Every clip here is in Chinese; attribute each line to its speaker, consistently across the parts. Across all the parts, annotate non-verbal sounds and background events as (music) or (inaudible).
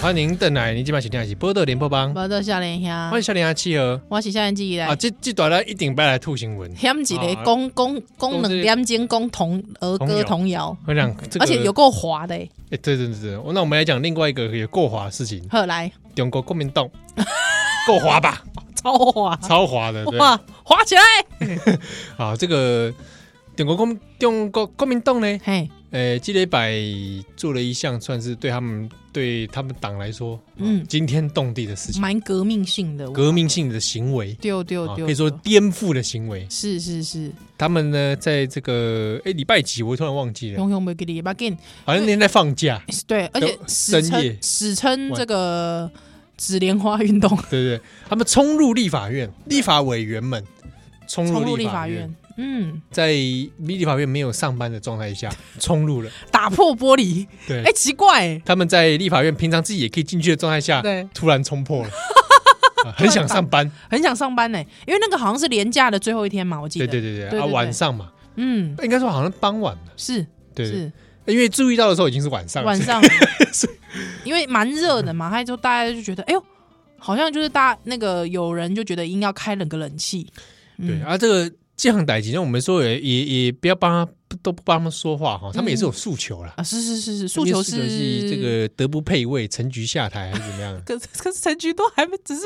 Speaker 1: 欢迎邓来，你今晚收听的是《波特联播帮》，
Speaker 2: 无到少年兄
Speaker 1: 欢，迎笑脸阿企鹅
Speaker 2: 我是少年记
Speaker 1: 嗯啊！
Speaker 2: 来，
Speaker 1: 这这段来一顶拜来吐新闻，
Speaker 2: 嫌一
Speaker 1: 啊
Speaker 2: 个讲讲讲
Speaker 1: 这
Speaker 2: 两点钟讲童儿歌童谣，
Speaker 1: 我想这个，
Speaker 2: 而且有够滑的欸。
Speaker 1: 哎，对对对对，那我们来讲另外一个也过滑的事情，
Speaker 2: 后来
Speaker 1: 中国国民党 (laughs) 够滑
Speaker 2: (laughs)
Speaker 1: 吧，
Speaker 2: 超滑，
Speaker 1: 超滑的，对，
Speaker 2: 哇，滑起来！
Speaker 1: 好，这个中国公中国国民党呢，
Speaker 2: 嘿，
Speaker 1: 呃，积累百做了一项算是对他们对他们党来说，嗯
Speaker 2: 嗯，
Speaker 1: 惊天动地的事情，
Speaker 2: 蛮革命性的，
Speaker 1: 革命性的行为，
Speaker 2: 丢丢
Speaker 1: 啊
Speaker 2: 丢，
Speaker 1: 可以说
Speaker 2: 对
Speaker 1: 颠覆的行为。
Speaker 2: 是是是，
Speaker 1: 他们呢，在这个哎礼拜几，我突然忘记了，
Speaker 2: 熊熊没给你把给
Speaker 1: 好像连在放假，
Speaker 2: 对，而且
Speaker 1: 都
Speaker 2: 史
Speaker 1: 深夜
Speaker 2: 称史称这个紫莲花运动
Speaker 1: 对不对？他们冲入立法院，立法委员们冲
Speaker 2: 冲
Speaker 1: 入
Speaker 2: 入
Speaker 1: 立
Speaker 2: 立
Speaker 1: 法
Speaker 2: 法
Speaker 1: 院
Speaker 2: 院，，嗯，
Speaker 1: 在立法院没有上班的状态下 (laughs) 冲入了，
Speaker 2: 打破玻璃，
Speaker 1: 对
Speaker 2: 哎，，奇怪欸，
Speaker 1: 他们在立法院平常自己也可以进去的状态下，
Speaker 2: 对
Speaker 1: 突然冲
Speaker 2: (laughs)
Speaker 1: 破了，啊很想上班，
Speaker 2: 很想上班呢，因为那个好像是连假的最后一天嘛，我记
Speaker 1: 对
Speaker 2: 得，
Speaker 1: 对对
Speaker 2: 对
Speaker 1: 对，
Speaker 2: 对
Speaker 1: 啊
Speaker 2: 对
Speaker 1: 晚上嘛，
Speaker 2: 嗯，
Speaker 1: 应该说好像傍晚了，
Speaker 2: 是
Speaker 1: 对对，
Speaker 2: 是。
Speaker 1: 因为注意到的时候已经是晚上了，
Speaker 2: 晚
Speaker 1: 所以 (laughs)
Speaker 2: 上，因为蛮热的嘛，还就大家就觉得，哎呦，好像就是大那个有人就觉得应该要开冷个冷气，嗯
Speaker 1: 对，啊，这个这样逮急，那我们说也也也不要帮他不都不帮他们说话哈，他们也是有诉求啦，
Speaker 2: 啊，是是是是，诉求
Speaker 1: 他们是
Speaker 2: 是？
Speaker 1: 这，个德不配位，陈局下台还是怎么样
Speaker 2: (laughs) 可是可是陈局都还没只是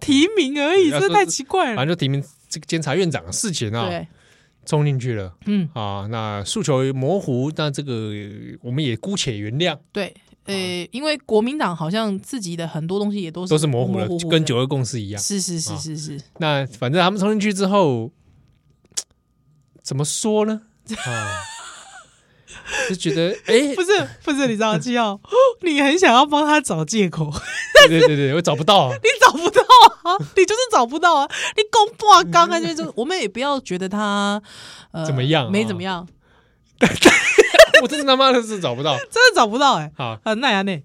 Speaker 2: 提名而
Speaker 1: 对
Speaker 2: 已，
Speaker 1: 要啊说
Speaker 2: 真的太奇怪了
Speaker 1: 反。正就提名这个监察院长的事情啊，
Speaker 2: 对，
Speaker 1: 冲进去了
Speaker 2: 嗯，
Speaker 1: 啊。那诉求模糊，那这个呃我们也姑且原谅，
Speaker 2: 对，呃，因为国民党好像自己的很多东西也都是
Speaker 1: 啊都是模糊了，
Speaker 2: 模糊
Speaker 1: 跟
Speaker 2: 的
Speaker 1: 九二共识一样。
Speaker 2: 是是
Speaker 1: 啊
Speaker 2: 是是是，
Speaker 1: 那反正他们冲进去之后，怎么说呢？啊，就觉得哎，
Speaker 2: 不是不是，你知道 (laughs) 季浩，你很想要帮他找借口，
Speaker 1: 对对对对，我找不到啊，
Speaker 2: 你找不到啊， (laughs) 你就是找不到啊，你公布啊，刚刚就是我们也不要觉得他呃
Speaker 1: 嗯怎么样啊
Speaker 2: 没怎么样，
Speaker 1: 我真的他妈的是找不到。
Speaker 2: 真的找不到哎、
Speaker 1: 好，
Speaker 2: 啊，那样
Speaker 1: (coughs)
Speaker 2: 呢？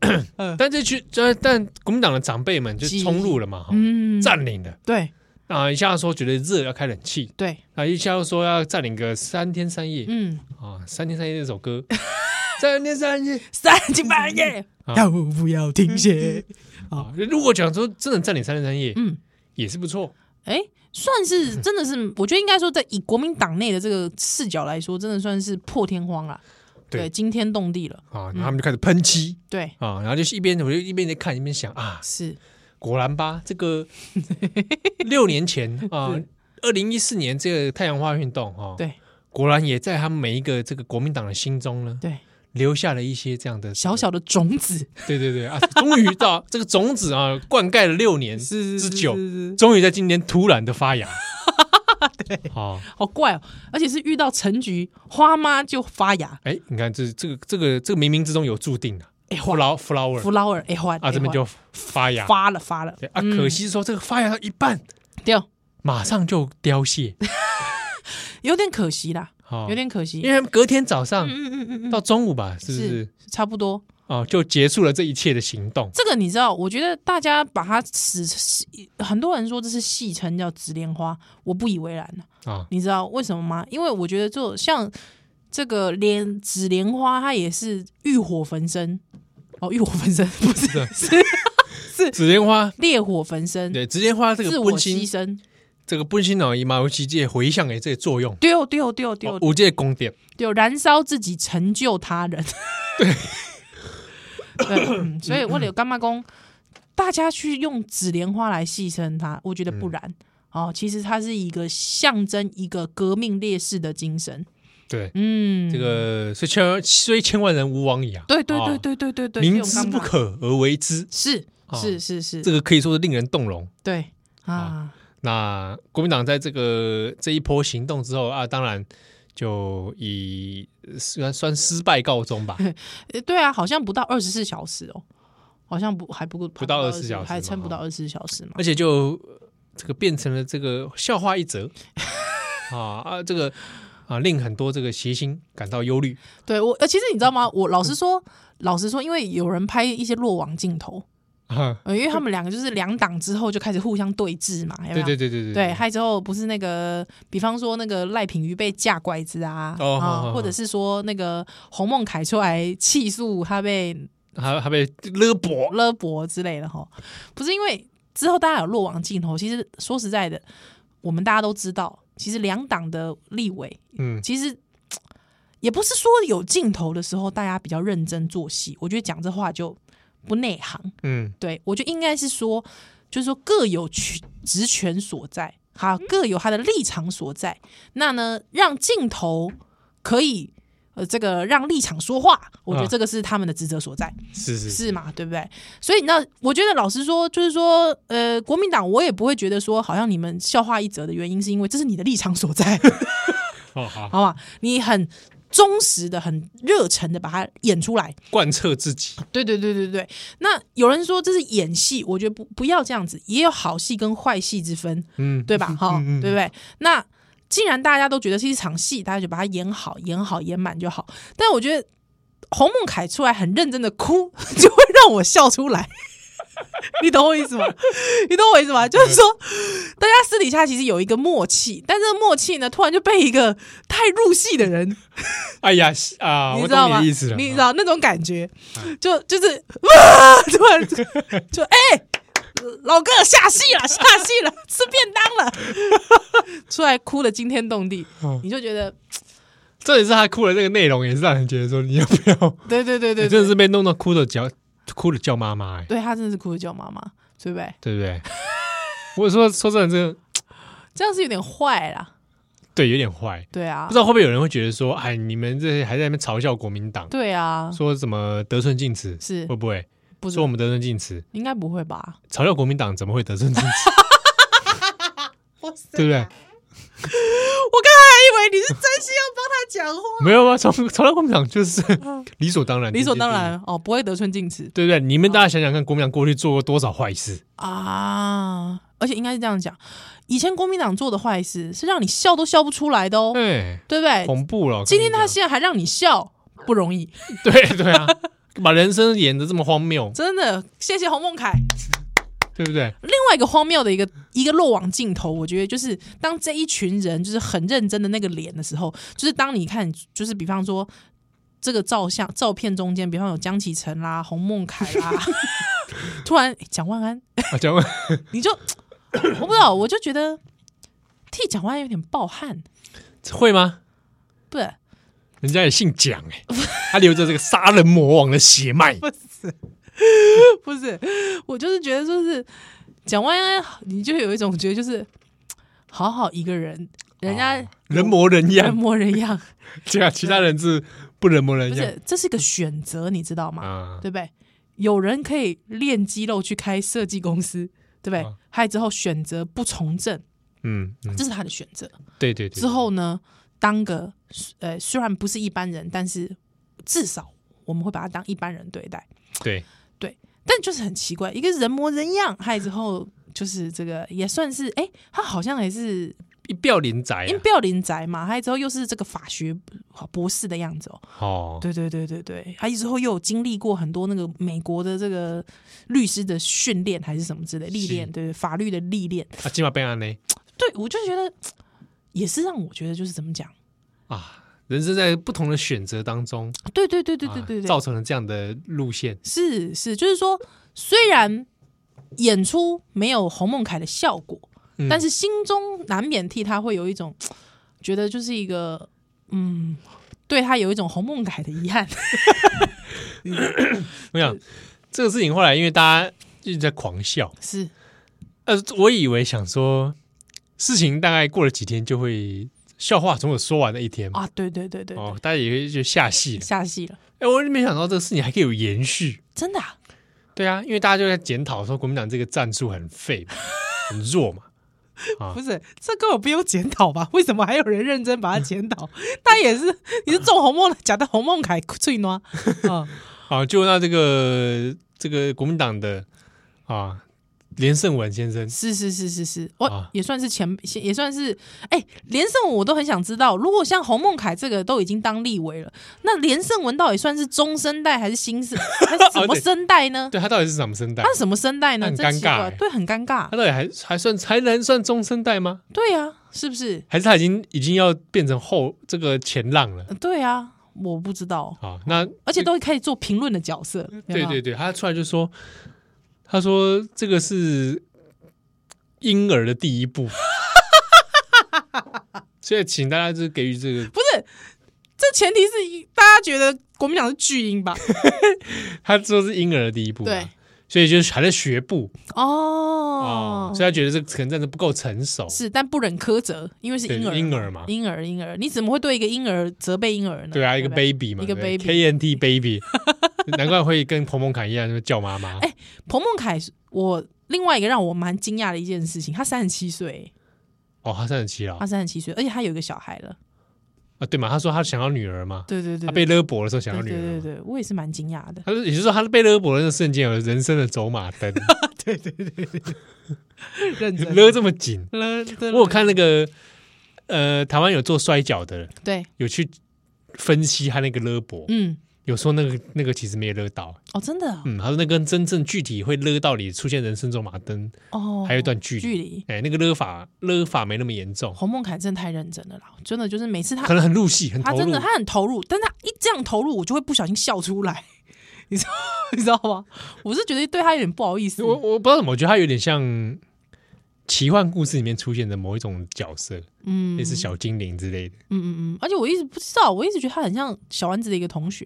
Speaker 1: 但这区这但国民党的长辈们就冲入了嘛，哈
Speaker 2: 嗯，
Speaker 1: 占领了
Speaker 2: 对
Speaker 1: 啊，一下说觉得热要开冷气，
Speaker 2: 对，
Speaker 1: 啊，一下又说要占领个三天三夜，
Speaker 2: 嗯，
Speaker 1: 啊，三天三夜这首歌， (laughs) 三天三夜
Speaker 2: 三更半夜
Speaker 1: 啊
Speaker 2: 要不要停歇？
Speaker 1: 啊，如果讲说真的占领三天三夜，
Speaker 2: 哦嗯，
Speaker 1: 也是不错，
Speaker 2: 哎、算是真的是，我觉得应该说，在以国民党内的这个视角来说，真的算是破天荒了，
Speaker 1: 对
Speaker 2: 对，惊天动地了，
Speaker 1: 啊，然后他们就开始喷漆
Speaker 2: 对，
Speaker 1: 啊，然后就是一边我就一边在看一边想啊，
Speaker 2: 是
Speaker 1: 果然吧，这
Speaker 2: (laughs)
Speaker 1: 个六年前啊，二零一四年这个太阳花运动啊，
Speaker 2: 对
Speaker 1: 果然也在他们每一个这个国民党的心中呢，
Speaker 2: 对，
Speaker 1: 留下了一些这样的
Speaker 2: 小小的种子，
Speaker 1: (laughs) 对对对啊，终于
Speaker 2: (laughs)
Speaker 1: 到这个种子啊，灌溉了六年
Speaker 2: 是
Speaker 1: 之久，
Speaker 2: 是
Speaker 1: 终于在今天突然的发
Speaker 2: (laughs)
Speaker 1: 芽。对，好，
Speaker 2: 好怪哦，而且是遇到陈菊花妈就发芽，
Speaker 1: 哎，你看这这个这个这个冥冥之中有注定的，哎，flower flower
Speaker 2: 弗劳尔哎换
Speaker 1: 啊，这边就发芽。
Speaker 2: 发嗯了发了
Speaker 1: 对啊，可惜说这个发芽到一半，
Speaker 2: 掉，
Speaker 1: 马上就凋
Speaker 2: (laughs)
Speaker 1: 谢。
Speaker 2: 有点可惜啦，
Speaker 1: 好
Speaker 2: 有，点可惜。
Speaker 1: 因为他们隔天早上
Speaker 2: 嗯嗯嗯嗯，
Speaker 1: 到中午吧，是不是
Speaker 2: 是？差不多。
Speaker 1: 哦，就结束了这一切的行动。
Speaker 2: 这个你知道，我觉得大家把它史戏很多人说这是戏称叫紫莲花，我不以为然呢、
Speaker 1: 啊，
Speaker 2: 你知道为什么吗？因为我觉得就像这个莲紫莲花，它也是浴火焚身。哦，浴火焚身不是
Speaker 1: 是
Speaker 2: 是
Speaker 1: 紫莲花，
Speaker 2: 烈火焚身，
Speaker 1: 对，紫莲花这
Speaker 2: 自
Speaker 1: 个
Speaker 2: 我
Speaker 1: 温
Speaker 2: 牺
Speaker 1: 馨，
Speaker 2: 牲。
Speaker 1: 这个温馨脑姨妈尤其界回向的这个作用，
Speaker 2: 对哦，对哦，对哦，对哦，
Speaker 1: 五界宫殿，
Speaker 2: 就燃烧自己，成就他人。 (laughs) 对，嗯所以为了干妈公，大家去用紫莲花来戏称他，我觉得
Speaker 1: 嗯
Speaker 2: 不然、哦。其实它是一个象征一个革命烈士的精神。
Speaker 1: 对，
Speaker 2: 嗯，
Speaker 1: 这个虽千虽千万人吾往矣啊，
Speaker 2: 对对
Speaker 1: 啊
Speaker 2: 对对对对对，
Speaker 1: 明
Speaker 2: 这
Speaker 1: 知
Speaker 2: 种
Speaker 1: 不
Speaker 2: 干妈
Speaker 1: 可而为之，
Speaker 2: 是
Speaker 1: 啊
Speaker 2: 是是是，
Speaker 1: 这个可以说是令人动容。
Speaker 2: 对啊，
Speaker 1: 那国民党在这个这一波行动之后啊，当然就以虽然算失败告终
Speaker 2: (laughs)
Speaker 1: 吧，
Speaker 2: 呃对啊，好像不到二十四小时哦，好像不还不够
Speaker 1: 不到
Speaker 2: 还
Speaker 1: 24小时
Speaker 2: 还撑
Speaker 1: 嘛
Speaker 2: 不到二十四小时嘛
Speaker 1: 而。且就呃这个变成了这个笑话一则啊啊，这个啊令很多这个谐星感到忧虑。
Speaker 2: 对我，呃，其实你知道
Speaker 1: 嗯
Speaker 2: 吗？我老实说，老实说，因为有人拍一些落网镜头，
Speaker 1: 啊，
Speaker 2: 呃，因为他们两个就是两党之后就开始互相对峙嘛，有没
Speaker 1: 对
Speaker 2: 有？
Speaker 1: 对对对对
Speaker 2: 对，还之后不是那个，比方说那个赖品妤被架拐子啊，
Speaker 1: 哦好
Speaker 2: 啊
Speaker 1: 好好
Speaker 2: 或者是说那个洪孟凯出来气诉他被
Speaker 1: 还还被勒脖，
Speaker 2: 勒脖之类的哈，不是因为之后大家有落网镜头，其实说实在的，我们大家都知道，其实两党的立委
Speaker 1: 嗯，
Speaker 2: 其实也不是说有镜头的时候大家比较认真做戏，我觉得讲这话就不内行，
Speaker 1: 嗯
Speaker 2: 对我觉得应该是说，就是说各有权职权所在，好，各有他的立场所在。那呢，让镜头可以呃，这个让立场说话，我觉得
Speaker 1: 啊
Speaker 2: 这个是他们的职责所在，
Speaker 1: 是是
Speaker 2: 是嘛？对不对？所以那我觉得老实说，就是说，呃，国民党我也不会觉得说，好像你们笑话一则的原因，是因为这是你的立场所在，
Speaker 1: 哦好，
Speaker 2: 好吧？你很。忠实的、很热忱的把它演出来，
Speaker 1: 贯彻自己，
Speaker 2: 对对对对对。那有人说这是演戏，我觉得不不要这样子，也有好戏跟坏戏之分，
Speaker 1: 嗯，
Speaker 2: 对吧？哈、
Speaker 1: 嗯嗯
Speaker 2: 对不对？那既然大家都觉得是一场戏，大家就把它演好、演好、演满就好。但我觉得洪孟凯出来很认真的哭， (laughs) 就会让我笑出来。 (laughs) 你懂我意思吗？ (laughs) 你懂我意思吗？就是说，大家私底下其实有一个默契，但这个默契呢，突然就被一个太入戏的人
Speaker 1: 哎呀是啊，
Speaker 2: 你
Speaker 1: 我
Speaker 2: 知道
Speaker 1: 懂你
Speaker 2: 吗？
Speaker 1: 的意思了，
Speaker 2: 知
Speaker 1: 啊
Speaker 2: 道那种感觉，就就是哇， (laughs) 突然就就哎、老哥下戏了，下戏了，吃便当了， (laughs) 出来哭的惊天动地
Speaker 1: 嗯，
Speaker 2: 你就觉得
Speaker 1: 这也是他哭的这个内容，也是让人觉得说你要不要，
Speaker 2: 对对对对
Speaker 1: 你真的
Speaker 2: 对，
Speaker 1: 是被弄到哭的叫哭的叫妈妈，哎，
Speaker 2: 对他真的是哭着叫妈妈，对不对？
Speaker 1: 对不 (laughs) 对？我说说真的，这个
Speaker 2: 这样是有点坏啦，
Speaker 1: 对有点坏，
Speaker 2: 对啊
Speaker 1: 不知，道会不会有人会觉得说，哎，你们这些还在那边嘲笑国民党，
Speaker 2: 对啊，
Speaker 1: 说什么得寸进尺，
Speaker 2: 是
Speaker 1: 会不会
Speaker 2: 不是
Speaker 1: 说我们得寸进尺？
Speaker 2: 应该不会吧？
Speaker 1: 嘲笑国民党怎么会得寸进
Speaker 2: (laughs)
Speaker 1: 尺？对不对？
Speaker 2: 我刚才还以为你是真心要帮他讲话，
Speaker 1: 没有啊，嘲嘲笑国民党就是理所当然，
Speaker 2: 嗯理所当，然嗯哦，不会得寸进尺
Speaker 1: 对不对？你们大家想想看，国民党过去做过多少坏事？
Speaker 2: 啊。而且应该是这样讲，以前国民党做的坏事是让你笑都笑不出来的哦。
Speaker 1: 哎，
Speaker 2: 对不对？
Speaker 1: 恐怖了！
Speaker 2: 今
Speaker 1: 我
Speaker 2: 天他
Speaker 1: 跟你
Speaker 2: 现在还让你笑，不容易，
Speaker 1: 讲 (laughs) 对对啊，把人生演的这么荒谬，
Speaker 2: 真的。谢谢洪孟凯。
Speaker 1: 对不
Speaker 2: (laughs)
Speaker 1: 对？
Speaker 2: 另外一个荒谬的一个一个漏网镜头，我觉得就是当这一群人就是很认真的那个脸的时候，就是当你看，就是比方说。这个照相照片中间，比方有江启臣啦、洪孟凯啦，突然诶蒋万安，
Speaker 1: 啊，讲 (laughs) 完
Speaker 2: 你就我不知道，我就觉得替蒋万安有点抱憾，
Speaker 1: 会吗？
Speaker 2: 不是
Speaker 1: 人家也姓蒋哎，他留着这个杀人魔王的血
Speaker 2: (laughs)
Speaker 1: 脉，
Speaker 2: 不是，我就是觉得就是蒋万安，你就有一种觉得就是好好一个人，人家
Speaker 1: 哦人模人
Speaker 2: 人 (laughs)
Speaker 1: 样，
Speaker 2: 模人样，
Speaker 1: 这样其他人是不人模人
Speaker 2: 不
Speaker 1: 样
Speaker 2: 是这是个选择，你知道吗？
Speaker 1: 啊。
Speaker 2: 对不对？有人可以练肌肉去开设计公司，对不对
Speaker 1: 啊？
Speaker 2: 还有之后选择不从政，
Speaker 1: 嗯，嗯
Speaker 2: 这是他的选择。
Speaker 1: 对对对。
Speaker 2: 之后呢，当个呃虽然不是一般人，但是至少我们会把他当一般人对待。
Speaker 1: 对
Speaker 2: 但就是很奇怪，一个人模人样，还有之后就是这个也算是哎、他好像也是
Speaker 1: 一不要脸仔啊
Speaker 2: 因彪林宅嘛，还有之后又是这个法学博士的样子哦，
Speaker 1: 哦，
Speaker 2: 对对对对对，还有之后又有经历过很多那个美国的这个律师的训练还是什么之类历练，对对法律的历练，
Speaker 1: 啊，金马贝安呢
Speaker 2: 对我就觉得也是让我觉得就是怎么讲，
Speaker 1: 啊，人生在不同的选择当中，
Speaker 2: 对对对对
Speaker 1: 啊
Speaker 2: 对对对，
Speaker 1: 造成了这样的路线。
Speaker 2: 是是，就是说，虽然演出没有洪孟凯的效果，
Speaker 1: 嗯
Speaker 2: 但是心中难免替他会有一种觉得，就是一个嗯，对他有一种洪孟凯的遗憾。 (laughs)
Speaker 1: 我想这个事情后来因为大家一直在狂笑，
Speaker 2: 是
Speaker 1: 呃，我以为想说事情大概过了几天就会笑话总有说完的一天嘛，
Speaker 2: 啊，对对对对对，
Speaker 1: 哦，大家也会就下戏了。
Speaker 2: 下戏了，
Speaker 1: 哎，我没想到这个事情还可以有延续。
Speaker 2: 真的、啊、
Speaker 1: 对啊，因为大家就在检讨说国民党这个战术很废嘛，很弱嘛。啊
Speaker 2: 不是这根本不用检讨吧？为什么还有人认真把他检 (laughs) 讨？他也是，你是中洪孟假的洪孟凯最 (laughs) 暖啊，
Speaker 1: 啊，就那这个这个国民党的啊连胜文先生
Speaker 2: 是是是是是，我、
Speaker 1: 啊
Speaker 2: 也算是前，也算是哎、连胜文我都很想知道，如果像洪孟凯这个都已经当立委了，那连胜文到底算是中生代还是新生还是什么生代
Speaker 1: (laughs)
Speaker 2: 呢？
Speaker 1: 对他到底是什么声带
Speaker 2: 他？是什么生代呢？
Speaker 1: 那很
Speaker 2: 真奇怪
Speaker 1: 尴尬欸
Speaker 2: 对，很尴尬
Speaker 1: 他，到底还还算还能算中生代吗？
Speaker 2: 对啊，是不是？
Speaker 1: 还是他已经已经要变成后这个前浪了？
Speaker 2: 呃对啊，我不知道，
Speaker 1: 啊，那
Speaker 2: 而且都会开始做评论的角色，有没
Speaker 1: 对
Speaker 2: 有
Speaker 1: 对对，他出来就说，他说这个是婴儿的第一
Speaker 2: (laughs)
Speaker 1: 步，所以请大家就是给予这个
Speaker 2: 不是，这前提是大家觉得国民党是巨婴吧？
Speaker 1: 他说是婴儿的第一步嘛，
Speaker 2: 对，
Speaker 1: 所以就是还在学步
Speaker 2: 哦
Speaker 1: 哦，，所以他觉得这个可能真的不够成熟，
Speaker 2: 是，但不忍苛责，因为是
Speaker 1: 对
Speaker 2: 婴儿，啊
Speaker 1: 婴儿嘛，
Speaker 2: 婴儿，婴儿，你怎么会对一个婴儿责备婴儿呢？
Speaker 1: 啊对啊，一个
Speaker 2: 不对
Speaker 1: baby 嘛，
Speaker 2: 一个 baby
Speaker 1: K N T baby，难 (laughs) 怪会跟彭彭凯一样就叫妈妈，
Speaker 2: 哎彭孟凯是，我另外一个让我蛮惊讶的一件事情，他三十七岁，
Speaker 1: 哦，他三十七了
Speaker 2: 他三十七岁，而且他有一个小孩了。
Speaker 1: 啊，对嘛，他说他想要女儿嘛，
Speaker 2: 对对对，
Speaker 1: 他被勒脖的时候想
Speaker 2: 对
Speaker 1: 要女
Speaker 2: 对
Speaker 1: 儿嘛
Speaker 2: 对。对，我也是蛮惊讶的。
Speaker 1: 他说，也就是说，他被勒脖的那瞬间，有人生的走马灯，
Speaker 2: (laughs) (laughs) 认真
Speaker 1: 勒这么紧。
Speaker 2: 了，
Speaker 1: 我
Speaker 2: 对
Speaker 1: 有看那个，呃，台湾有做摔跤的，
Speaker 2: 对，
Speaker 1: 有去分析他那个勒脖，
Speaker 2: 嗯，
Speaker 1: 有说那个那个其实没有勒到，
Speaker 2: 哦，真的哦
Speaker 1: 嗯，他说那跟真正具体会勒到你出现人生走马灯
Speaker 2: 哦，
Speaker 1: 还有一段距
Speaker 2: 距
Speaker 1: 离，
Speaker 2: 离。
Speaker 1: 哎，那个勒法勒法没那么严重，
Speaker 2: 洪孟凯真的太认真了啦，真的就是每次他
Speaker 1: 可能很入戏，很
Speaker 2: 他
Speaker 1: 投
Speaker 2: 真
Speaker 1: 入
Speaker 2: 的，他很投入，但他一这样投入，我就会不小心笑出来， (laughs) 你知道你知道吗？我是觉得对他有点不好意思。
Speaker 1: 我我不知道怎么，我觉得他有点像奇幻故事里面出现的某一种角色，
Speaker 2: 嗯
Speaker 1: 类似小精灵之类的。
Speaker 2: 嗯嗯嗯，而且我一直不知道，我一直觉得他很像小丸子的一个同学。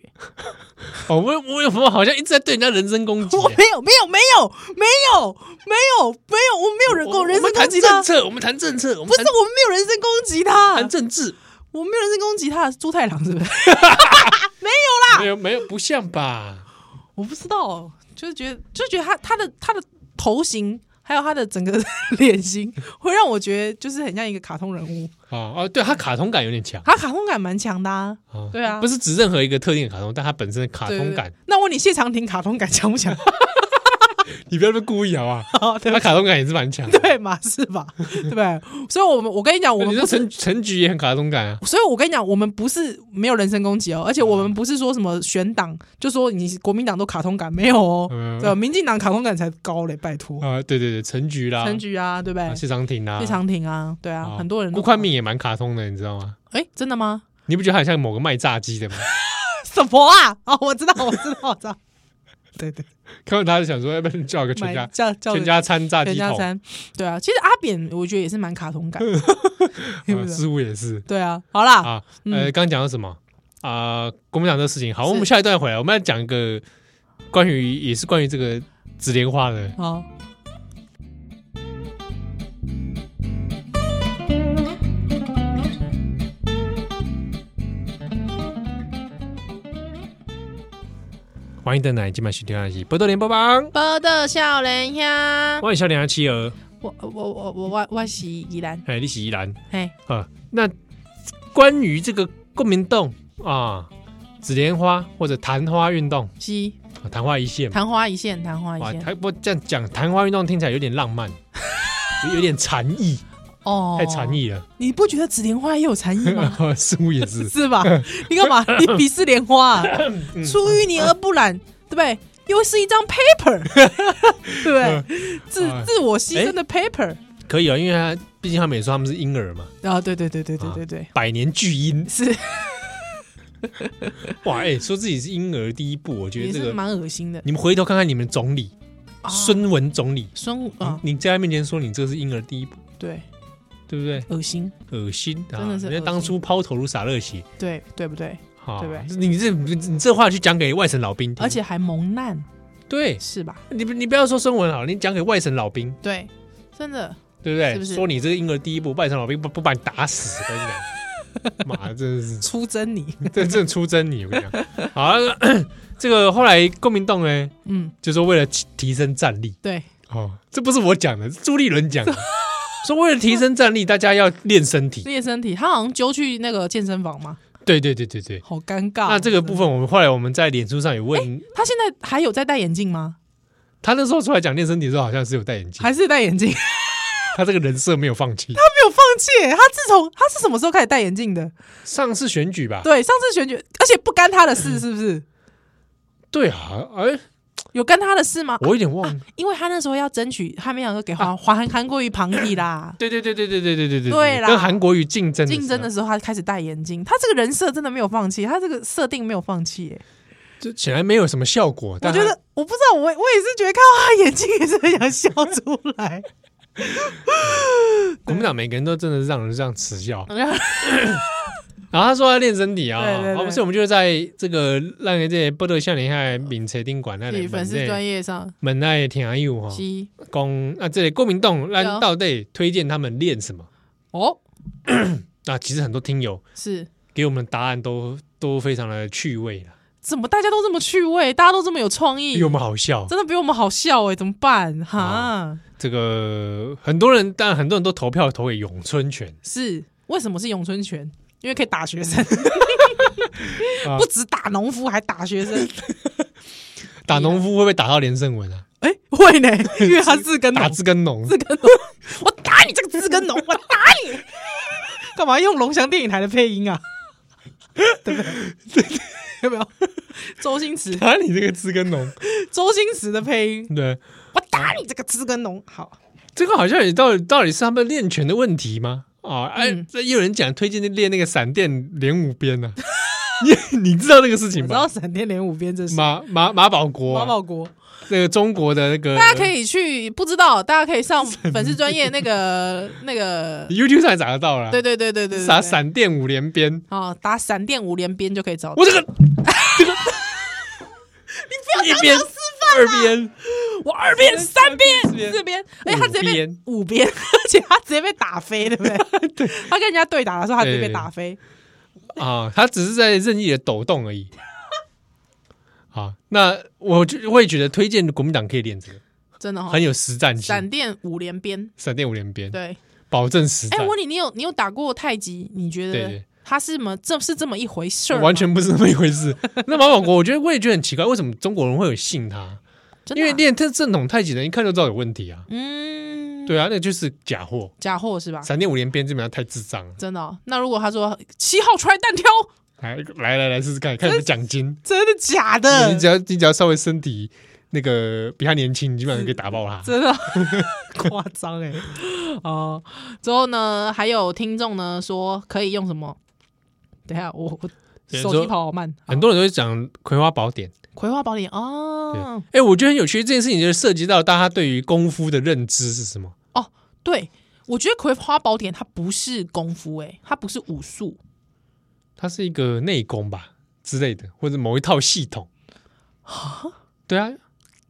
Speaker 1: 哦，我我有我好像一直在对人家人身攻击啊
Speaker 2: (laughs) 我
Speaker 1: 耶、
Speaker 2: 没有没有没有没有没有没有，我没有人跟
Speaker 1: 我
Speaker 2: 我人
Speaker 1: 们
Speaker 2: 身攻
Speaker 1: 谈
Speaker 2: 击啊
Speaker 1: 政，
Speaker 2: 他
Speaker 1: 策，我们谈政策，我们
Speaker 2: 不是
Speaker 1: 谈
Speaker 2: 我们没有人身攻击 (laughs) 他，
Speaker 1: 谈政治，
Speaker 2: 我没有人身攻击他，猪太郎是不 (laughs) 是？
Speaker 1: 没有没有不像吧？
Speaker 2: 我不知道，就是觉得就觉得他他的他的头型。还有他的整个 (laughs) 脸型，会让我觉得就是很像一个卡通人物，
Speaker 1: 哦哦，对，它卡通感有点强。
Speaker 2: 他卡通感蛮强的、啊。
Speaker 1: 哦
Speaker 2: 对啊
Speaker 1: 不是指任何一个特定的卡通，但它本身的卡通感，
Speaker 2: 对。那问你谢长廷卡通感强不强？ (laughs)
Speaker 1: 你不要被故意好啊！它卡通感也是蛮强的。
Speaker 2: 哦 (laughs) 对嘛，是吧？对不对？所以，我们我跟你讲，我
Speaker 1: 你
Speaker 2: 们
Speaker 1: 说
Speaker 2: 不是
Speaker 1: 陈，陈菊也很卡通感啊，
Speaker 2: 所以我跟你讲，我们不是没有人身攻击哦，而
Speaker 1: 嗯
Speaker 2: 且我们不是说什么选党，就说你国民党都卡通感没有哦，
Speaker 1: 嗯
Speaker 2: 对吧，民进党卡通感才高嘞，拜托，
Speaker 1: 啊，对对对，陈菊啦，
Speaker 2: 陈菊啊，对不
Speaker 1: 啊
Speaker 2: 对？
Speaker 1: 谢长廷啦，
Speaker 2: 谢长廷啊，对啊，
Speaker 1: 哦
Speaker 2: 很多人都
Speaker 1: 顾宽敏也蛮卡通的，你知道吗？
Speaker 2: 哎，真的吗？ (laughs)
Speaker 1: 你不觉得他很像某个卖炸鸡的吗？ (laughs)
Speaker 2: 什么啊？哦，我知道，我知道，我知道， (laughs) 对对，
Speaker 1: 看到他就想说，要不然叫个全
Speaker 2: 买
Speaker 1: 家
Speaker 2: 叫叫
Speaker 1: 全家餐炸
Speaker 2: 全
Speaker 1: 鸡
Speaker 2: 家
Speaker 1: 头，
Speaker 2: 餐，对啊，其实阿扁我觉得也是蛮卡通感 (laughs) 的，对不
Speaker 1: (laughs) 啊
Speaker 2: 对
Speaker 1: 师傅也是
Speaker 2: 对啊，好啦，
Speaker 1: 啊。
Speaker 2: 嗯
Speaker 1: 呃，刚刚讲到什么啊？国民党的事情。好，
Speaker 2: 是
Speaker 1: 我们下一段回来，我们要讲一个关于也是关于这个紫莲花的。
Speaker 2: 好。
Speaker 1: 欢迎登来今晚收听的是《波多连播榜》，
Speaker 2: 报道少年兄，
Speaker 1: 我是小脸阿七儿，
Speaker 2: 我我我我我我是宜兰，
Speaker 1: 哎，你是依兰
Speaker 2: 嘿，
Speaker 1: 啊。那关于这个共鸣洞啊，紫莲花或者昙花运动，
Speaker 2: 是
Speaker 1: 啊昙花一现嘛。
Speaker 2: 昙花一现，昙花
Speaker 1: 哇，
Speaker 2: 一现，
Speaker 1: 他不这样讲，昙花运动听起来有点浪
Speaker 2: (laughs)
Speaker 1: 漫，有有点禅意，
Speaker 2: 哦
Speaker 1: 太
Speaker 2: 嗯
Speaker 1: 禅。意了。
Speaker 2: 你不觉得紫莲花也有禅意
Speaker 1: (laughs)
Speaker 2: 吗？
Speaker 1: 似乎也是，(laughs)
Speaker 2: 是吧？你干嘛？你鄙视莲花、啊？
Speaker 1: 嗯
Speaker 2: 出淤泥而不染，对不对？又是一张 paper，对不对？自
Speaker 1: 哎
Speaker 2: 自我牺牲的 paper
Speaker 1: 可以啊，因为他毕竟他们也说他们是婴儿嘛，
Speaker 2: 啊！对对对对对对对，
Speaker 1: 百年巨婴。
Speaker 2: 是
Speaker 1: 哇，哎、说自己是婴儿第一步，我觉
Speaker 2: 也
Speaker 1: 得这
Speaker 2: 是
Speaker 1: 个，
Speaker 2: 蛮恶心的。
Speaker 1: 你们回头看看你们总理、
Speaker 2: 啊
Speaker 1: 孙嗯文总理，
Speaker 2: 孙啊，
Speaker 1: 你在他面前说你这个是婴儿第一步，
Speaker 2: 对，
Speaker 1: 对不对？
Speaker 2: 恶心，
Speaker 1: 恶心啊！
Speaker 2: 真的是恶心
Speaker 1: 人家当初抛头颅洒热血，
Speaker 2: 对对不对？
Speaker 1: 啊
Speaker 2: 对不
Speaker 1: 你这你这话去讲给外省老兵听，
Speaker 2: 而且还蒙难，
Speaker 1: 对
Speaker 2: 是吧？
Speaker 1: 你不你不要说孙文好了，你讲给外省老兵，
Speaker 2: 对，真的。
Speaker 1: 对不对？
Speaker 2: 是不是
Speaker 1: 说你这个婴儿第一步，外省老兵不不把你打死，我跟你
Speaker 2: (laughs)
Speaker 1: 讲，妈的，真的是
Speaker 2: 出征你，
Speaker 1: 这这出征你，我跟你讲。好， (coughs) 那这个后来公民洞呢，
Speaker 2: 嗯，
Speaker 1: 就说为了提提升战力，
Speaker 2: 对，
Speaker 1: 哦，这不是我讲的，是朱立伦讲 (laughs) 的，说为了提升战力，大家要练身体。
Speaker 2: 练身体，他好像揪去那个健身房嘛，
Speaker 1: 对对对对对。
Speaker 2: 好尴尬。
Speaker 1: 那这个部分，我们后来我们在脸书上也问
Speaker 2: 他现在还有在戴眼镜吗？
Speaker 1: 他那时候出来讲练身体的时候，好像是有戴眼镜，
Speaker 2: 还是戴眼镜？ (laughs) 他
Speaker 1: 他这个人设没有放弃。
Speaker 2: 没有放弃，他自从他是什么时候开始戴眼镜的？
Speaker 1: 上次选举吧， (laughs)
Speaker 2: 对，上次选举，而且不干他的事，是不是？
Speaker 1: 对啊，哎，
Speaker 2: 有干他的事吗？
Speaker 1: 我有点忘了。
Speaker 2: 因为他那时候要争取，他没想说给
Speaker 1: 啊
Speaker 2: 华华韩韩国瑜旁体啦。
Speaker 1: 对对对对对对对对对，
Speaker 2: 对啦
Speaker 1: 跟韩国瑜竞争
Speaker 2: 竞争的
Speaker 1: 时
Speaker 2: 时候，他开始戴眼镜，他这个人设真的没有放弃，他这个设定没有放弃耶。
Speaker 1: 候，就显然没有什么效果。
Speaker 2: 我
Speaker 1: 但
Speaker 2: 觉得，我不知道，我我也是觉得看到他眼睛也是很想笑出来。
Speaker 1: 他国民党每个人都真的是让人这样耻笑。
Speaker 2: 然后
Speaker 1: 然后他说要练身体啊，
Speaker 2: 对对对
Speaker 1: 啊不是我们就是在这个让人这波多少年下闽车宾 (laughs) 馆那
Speaker 2: (laughs) 自己
Speaker 1: 里
Speaker 2: 粉丝专业上，
Speaker 1: 门内听友哈，
Speaker 2: 鸡
Speaker 1: 讲啊这里郭民栋
Speaker 2: 对
Speaker 1: 让
Speaker 2: 哦
Speaker 1: 到底推荐他们练什么？
Speaker 2: 哦，
Speaker 1: 那其实很多听友
Speaker 2: 是
Speaker 1: 给我们的答案都都非常的趣味了，
Speaker 2: 怎么大家都这么趣味，大家都这么有创意
Speaker 1: 比，我们好笑。
Speaker 2: 真的比我们好笑哎，怎么办哈？
Speaker 1: 这个很多人，当然很多人都投票投给咏春拳，
Speaker 2: 是为什么是咏春拳？因为可以打学生，
Speaker 1: (laughs) 啊
Speaker 2: 不止打农夫，还打
Speaker 1: (laughs)
Speaker 2: 学生。
Speaker 1: 打农夫会不会打到连胜文啊？
Speaker 2: 哎、
Speaker 1: (laughs)
Speaker 2: 会呢，因为他字跟
Speaker 1: 打
Speaker 2: 农，
Speaker 1: 字跟
Speaker 2: (laughs)
Speaker 1: 农，
Speaker 2: 我打你这个字跟农，我打你！ (laughs) 干嘛用龙翔电影台的配音啊？ (laughs) 对不 (laughs) 对？有没有周星驰？
Speaker 1: 打你这个字跟农，
Speaker 2: 周星驰的配音，
Speaker 1: 对，
Speaker 2: 我打你这个字跟农。好，
Speaker 1: 这个好像也到底到底是他们练拳的问题吗？啊，哎、
Speaker 2: 嗯
Speaker 1: 这也有人讲推荐练那个闪电连五鞭呢、 (laughs) 你你知道这个事
Speaker 2: 我
Speaker 1: 情
Speaker 2: 知道
Speaker 1: 吧？
Speaker 2: 闪电连五鞭这是
Speaker 1: 马马马保国、
Speaker 2: 马
Speaker 1: 啊，
Speaker 2: 保国，
Speaker 1: 那个中国的那个，
Speaker 2: 大家可以去不知道，大家可
Speaker 1: (laughs)
Speaker 2: 以上粉丝专业那个那个，
Speaker 1: YouTube 上也找得到了，
Speaker 2: 对对对对对，对
Speaker 1: 啥闪电五连鞭，
Speaker 2: 哦，打闪电五连鞭就可以找到。
Speaker 1: 我这个这个，
Speaker 2: (laughs)
Speaker 1: 你不要一边二边
Speaker 2: 我二边、三
Speaker 1: 四
Speaker 2: 边、
Speaker 1: 边
Speaker 2: 四边，而且他直接
Speaker 1: 五
Speaker 2: 被
Speaker 1: 边
Speaker 2: 五边， (laughs) 而且他直接被打飞，对
Speaker 1: (laughs)
Speaker 2: 不对？对，他跟人家对打的时候，他直接被打飞。
Speaker 1: 啊，他只是在任意的抖动而已。 (laughs) 啊，那我就会觉得推荐国民党可以练这个，
Speaker 2: 真的哈
Speaker 1: 很。有实战
Speaker 2: 哦闪
Speaker 1: 性。
Speaker 2: 电五连鞭，
Speaker 1: 闪电五连鞭，
Speaker 2: 对。
Speaker 1: 保证实
Speaker 2: 哎，
Speaker 1: 战。
Speaker 2: 我问你，你有你有打过太极？你觉
Speaker 1: 对
Speaker 2: 得嗯
Speaker 1: 对
Speaker 2: 它是么这是这么一回事儿吗？
Speaker 1: 完全不是那么一回事。 (laughs) 那马保国，我觉得我也觉得很奇怪，为什么中国人会有信他？
Speaker 2: 真的
Speaker 1: 因
Speaker 2: 啊，
Speaker 1: 为练这正统太极的，一看就知道有问题啊。
Speaker 2: 嗯，
Speaker 1: 对啊，那就是假货。
Speaker 2: 假货是吧？
Speaker 1: 闪电五连鞭基本上太智障了。
Speaker 2: 真的哦。那如果他说七号出来单挑，
Speaker 1: 来来来来，试试看看有没有奖金。
Speaker 2: 真的假
Speaker 1: 你
Speaker 2: 的
Speaker 1: 只？要你只要稍微身体那个比他年轻，你基本上可以打爆他。
Speaker 2: 真的 (laughs) 夸张哎！哦，之后呢，还有听众呢说可以用什么？等一下，我我
Speaker 1: 有人
Speaker 2: 手
Speaker 1: 说
Speaker 2: 机跑好慢。
Speaker 1: 很多人都会讲《葵花宝典》。
Speaker 2: 葵花宝典
Speaker 1: 对
Speaker 2: 哦，
Speaker 1: 哎、我觉得很有趣，这件事情就涉及到大家对于功夫的认知是什么。
Speaker 2: 对，我觉得葵花宝典它不是功夫哎，它不是武术
Speaker 1: 它是一个内功吧之类的，或者某一套系统。对啊，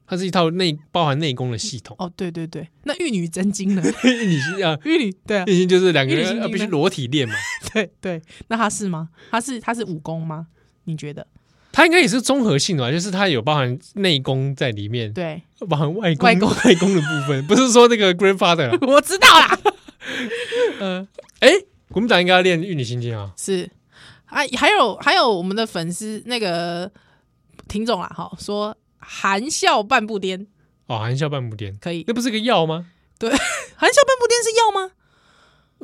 Speaker 1: 它是一套内包含内功的系
Speaker 2: (laughs)
Speaker 1: 统。
Speaker 2: 哦。对对对，那玉女真经呢？
Speaker 1: 你是啊，
Speaker 2: 玉女对啊，
Speaker 1: 毕竟就是两个
Speaker 2: 玉女心
Speaker 1: 人
Speaker 2: 经
Speaker 1: 啊
Speaker 2: 呢
Speaker 1: 必须裸体练嘛。
Speaker 2: 对对，那它是吗？它是它是武功吗？你觉得？
Speaker 1: 它应该也是综合性的吧，就是它有包含内功在里面，
Speaker 2: 对，
Speaker 1: 包含外功
Speaker 2: 外功
Speaker 1: 外功的部
Speaker 2: (laughs)
Speaker 1: 分，不是说那个 grandfather 啊。
Speaker 2: 我知道啦，
Speaker 1: 哎、国民党应该要练玉女心经啊。
Speaker 2: 是啊，还有还有我们的粉丝那个听众啦，哈，说含笑半步颠
Speaker 1: 哦，含笑半步癫，
Speaker 2: 可以，
Speaker 1: 那不是个药吗？
Speaker 2: 含笑半步颠是药吗？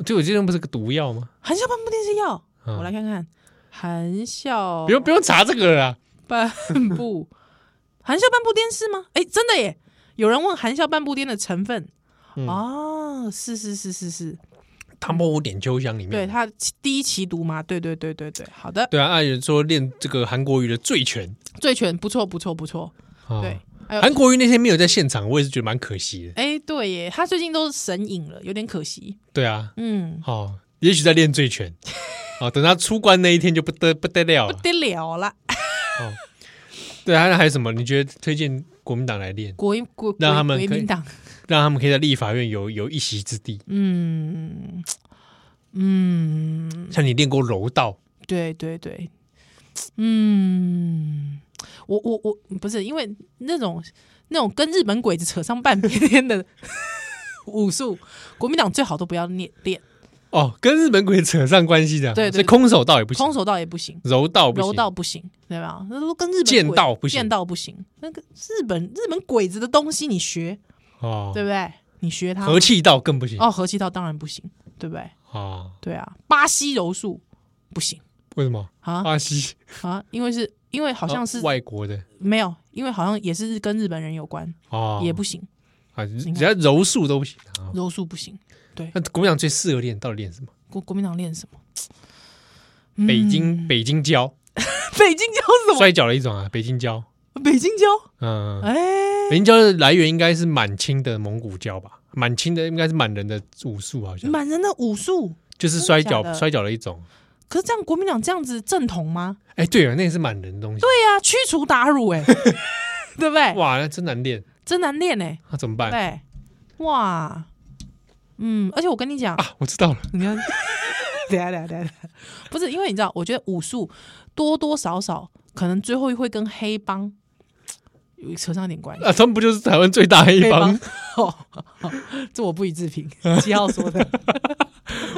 Speaker 1: 就我记得不是个毒药吗？
Speaker 2: 含笑半步颠是药，
Speaker 1: 嗯
Speaker 2: 我来看看，含笑
Speaker 1: 不用不用查这个了啦。
Speaker 2: 半步， (laughs) 含笑半步颠是吗？哎、真的耶！有人问含笑半步颠的成分，
Speaker 1: 嗯
Speaker 2: 哦，是是是是是，
Speaker 1: 唐伯虎点秋香里面，
Speaker 2: 对它第一期毒嘛，对对对对对，好的，
Speaker 1: 对啊，阿远说练这个韩国瑜的醉拳，
Speaker 2: 醉拳不错不错不错，
Speaker 1: 啊
Speaker 2: 对，还有
Speaker 1: 韩国瑜那天没有在现场，我也是觉得蛮可惜的。
Speaker 2: 哎、对耶，他最近都神隐了，有点可惜，
Speaker 1: 对啊，
Speaker 2: 嗯，
Speaker 1: 哦，也许在练醉拳，哦，等他出关那一天就不得不得了
Speaker 2: 不
Speaker 1: 了。
Speaker 2: 得了啦，
Speaker 1: 对啊，那还有什么？你觉得推荐国民党来练，
Speaker 2: 国民国
Speaker 1: 让他们
Speaker 2: 国
Speaker 1: 可以
Speaker 2: 民党，
Speaker 1: 让他们可以在立法院有有一席之地？
Speaker 2: 嗯嗯，
Speaker 1: 像你练过柔道，
Speaker 2: 对对对，嗯，我我我不是因为那种那种跟日本鬼子扯上半
Speaker 1: (laughs)
Speaker 2: 边的武术，国民党最好都不要练练，
Speaker 1: 哦，跟日本鬼扯上关系的，
Speaker 2: 对对
Speaker 1: 所以空手道也不行，
Speaker 2: 空手道也不行，
Speaker 1: 柔道不行，
Speaker 2: 柔道不行，对吧？那都跟日本
Speaker 1: 剑
Speaker 2: 鬼
Speaker 1: 道不行
Speaker 2: 剑道不行，那个日本日本鬼子的东西你学，
Speaker 1: 哦，
Speaker 2: 对不对？你学他
Speaker 1: 和气道更不行啊
Speaker 2: 哦，和气道当然不行，对不对？
Speaker 1: 哦
Speaker 2: 对啊，巴西柔术不行
Speaker 1: 为什么？
Speaker 2: 啊
Speaker 1: 巴西
Speaker 2: 啊，因为是因为好像
Speaker 1: 哦
Speaker 2: 是、
Speaker 1: 外国的
Speaker 2: 没有，因为好像也是跟日本人有关，
Speaker 1: 哦，
Speaker 2: 也不行，
Speaker 1: 啊，只
Speaker 2: 看
Speaker 1: 只要柔术都不行啊。
Speaker 2: 柔术不行。
Speaker 1: 那国民党最适合练到底练什么？
Speaker 2: 国国民党练什么？嗯
Speaker 1: 北京北京
Speaker 2: (laughs)
Speaker 1: 跤，
Speaker 2: 北京教是什
Speaker 1: 摔跤的一种啊，北京跤。
Speaker 2: 么？北京教？
Speaker 1: 嗯，
Speaker 2: 哎、
Speaker 1: 北京跤的来源应该是满清的蒙古跤吧？满清的应该是满人的武术，好像
Speaker 2: 满人的武术。
Speaker 1: 就是摔
Speaker 2: 真的
Speaker 1: 跤
Speaker 2: 假的
Speaker 1: 摔跤的一种。
Speaker 2: 可是这样国民党这样子正统吗？
Speaker 1: 哎，对了，那也是满人的东西。
Speaker 2: 对呀、驱除鞑虏哎， (laughs) 对不对？
Speaker 1: 哇，那真难练，
Speaker 2: 真难练哎、
Speaker 1: 那怎么办
Speaker 2: 对，哇，嗯，而且我跟你讲，
Speaker 1: 啊？我知道了，
Speaker 2: 你看，等一下等一下等一下，不是因为你知道，我觉得武术多多少少可能最后会跟黑帮有扯上一点关系。
Speaker 1: 啊，他们不就是台湾最大黑帮？
Speaker 2: (laughs) 哦，这我不予
Speaker 1: (laughs)
Speaker 2: 置评，七号说的。 (laughs)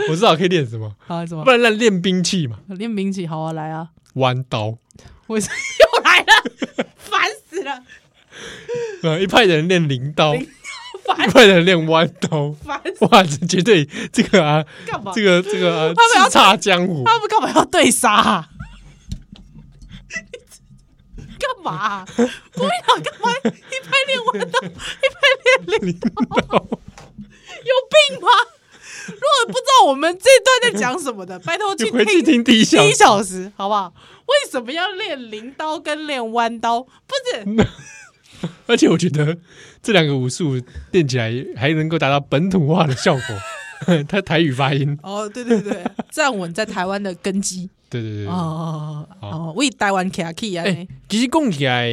Speaker 1: 我知道可以练什么，
Speaker 2: 好，什么
Speaker 1: 不然那练兵器嘛，
Speaker 2: 练兵器？好啊，来啊！
Speaker 1: 弯刀。
Speaker 2: 我是又来了， (laughs) 烦死了，
Speaker 1: 呃，一派的人练灵
Speaker 2: (laughs)
Speaker 1: 刀，
Speaker 2: 灵
Speaker 1: 一派的人练弯刀。
Speaker 2: 烦死
Speaker 1: 哇，这绝对这个啊，
Speaker 2: 干嘛？
Speaker 1: 这个这个啊，
Speaker 2: 他们要
Speaker 1: 叱咤江湖。
Speaker 2: 他们干嘛要对杀、 (laughs) 啊？干嘛、 (laughs) 啊？国民党干嘛一拍练弯 (laughs) 刀，一拍练领导？有病吗？ (laughs) 如果不知道我们这段在讲什么
Speaker 1: (laughs)
Speaker 2: 的，拜托
Speaker 1: 你 (laughs)
Speaker 2: 去
Speaker 1: 回去听第一小
Speaker 2: 第一
Speaker 1: 时，
Speaker 2: 小时，好不好？为什么要练铃刀跟练弯刀？不是
Speaker 1: 而且我觉得这两个武术练起来还能够达到本土化的效果。 (laughs) 他台语发音，
Speaker 2: 哦，对
Speaker 1: (laughs)
Speaker 2: 对对，站稳在台湾的根基
Speaker 1: 对对对对。
Speaker 2: 哦哦哦，为台湾 K 啊 K 啊
Speaker 1: 嗯哎、，其实供起来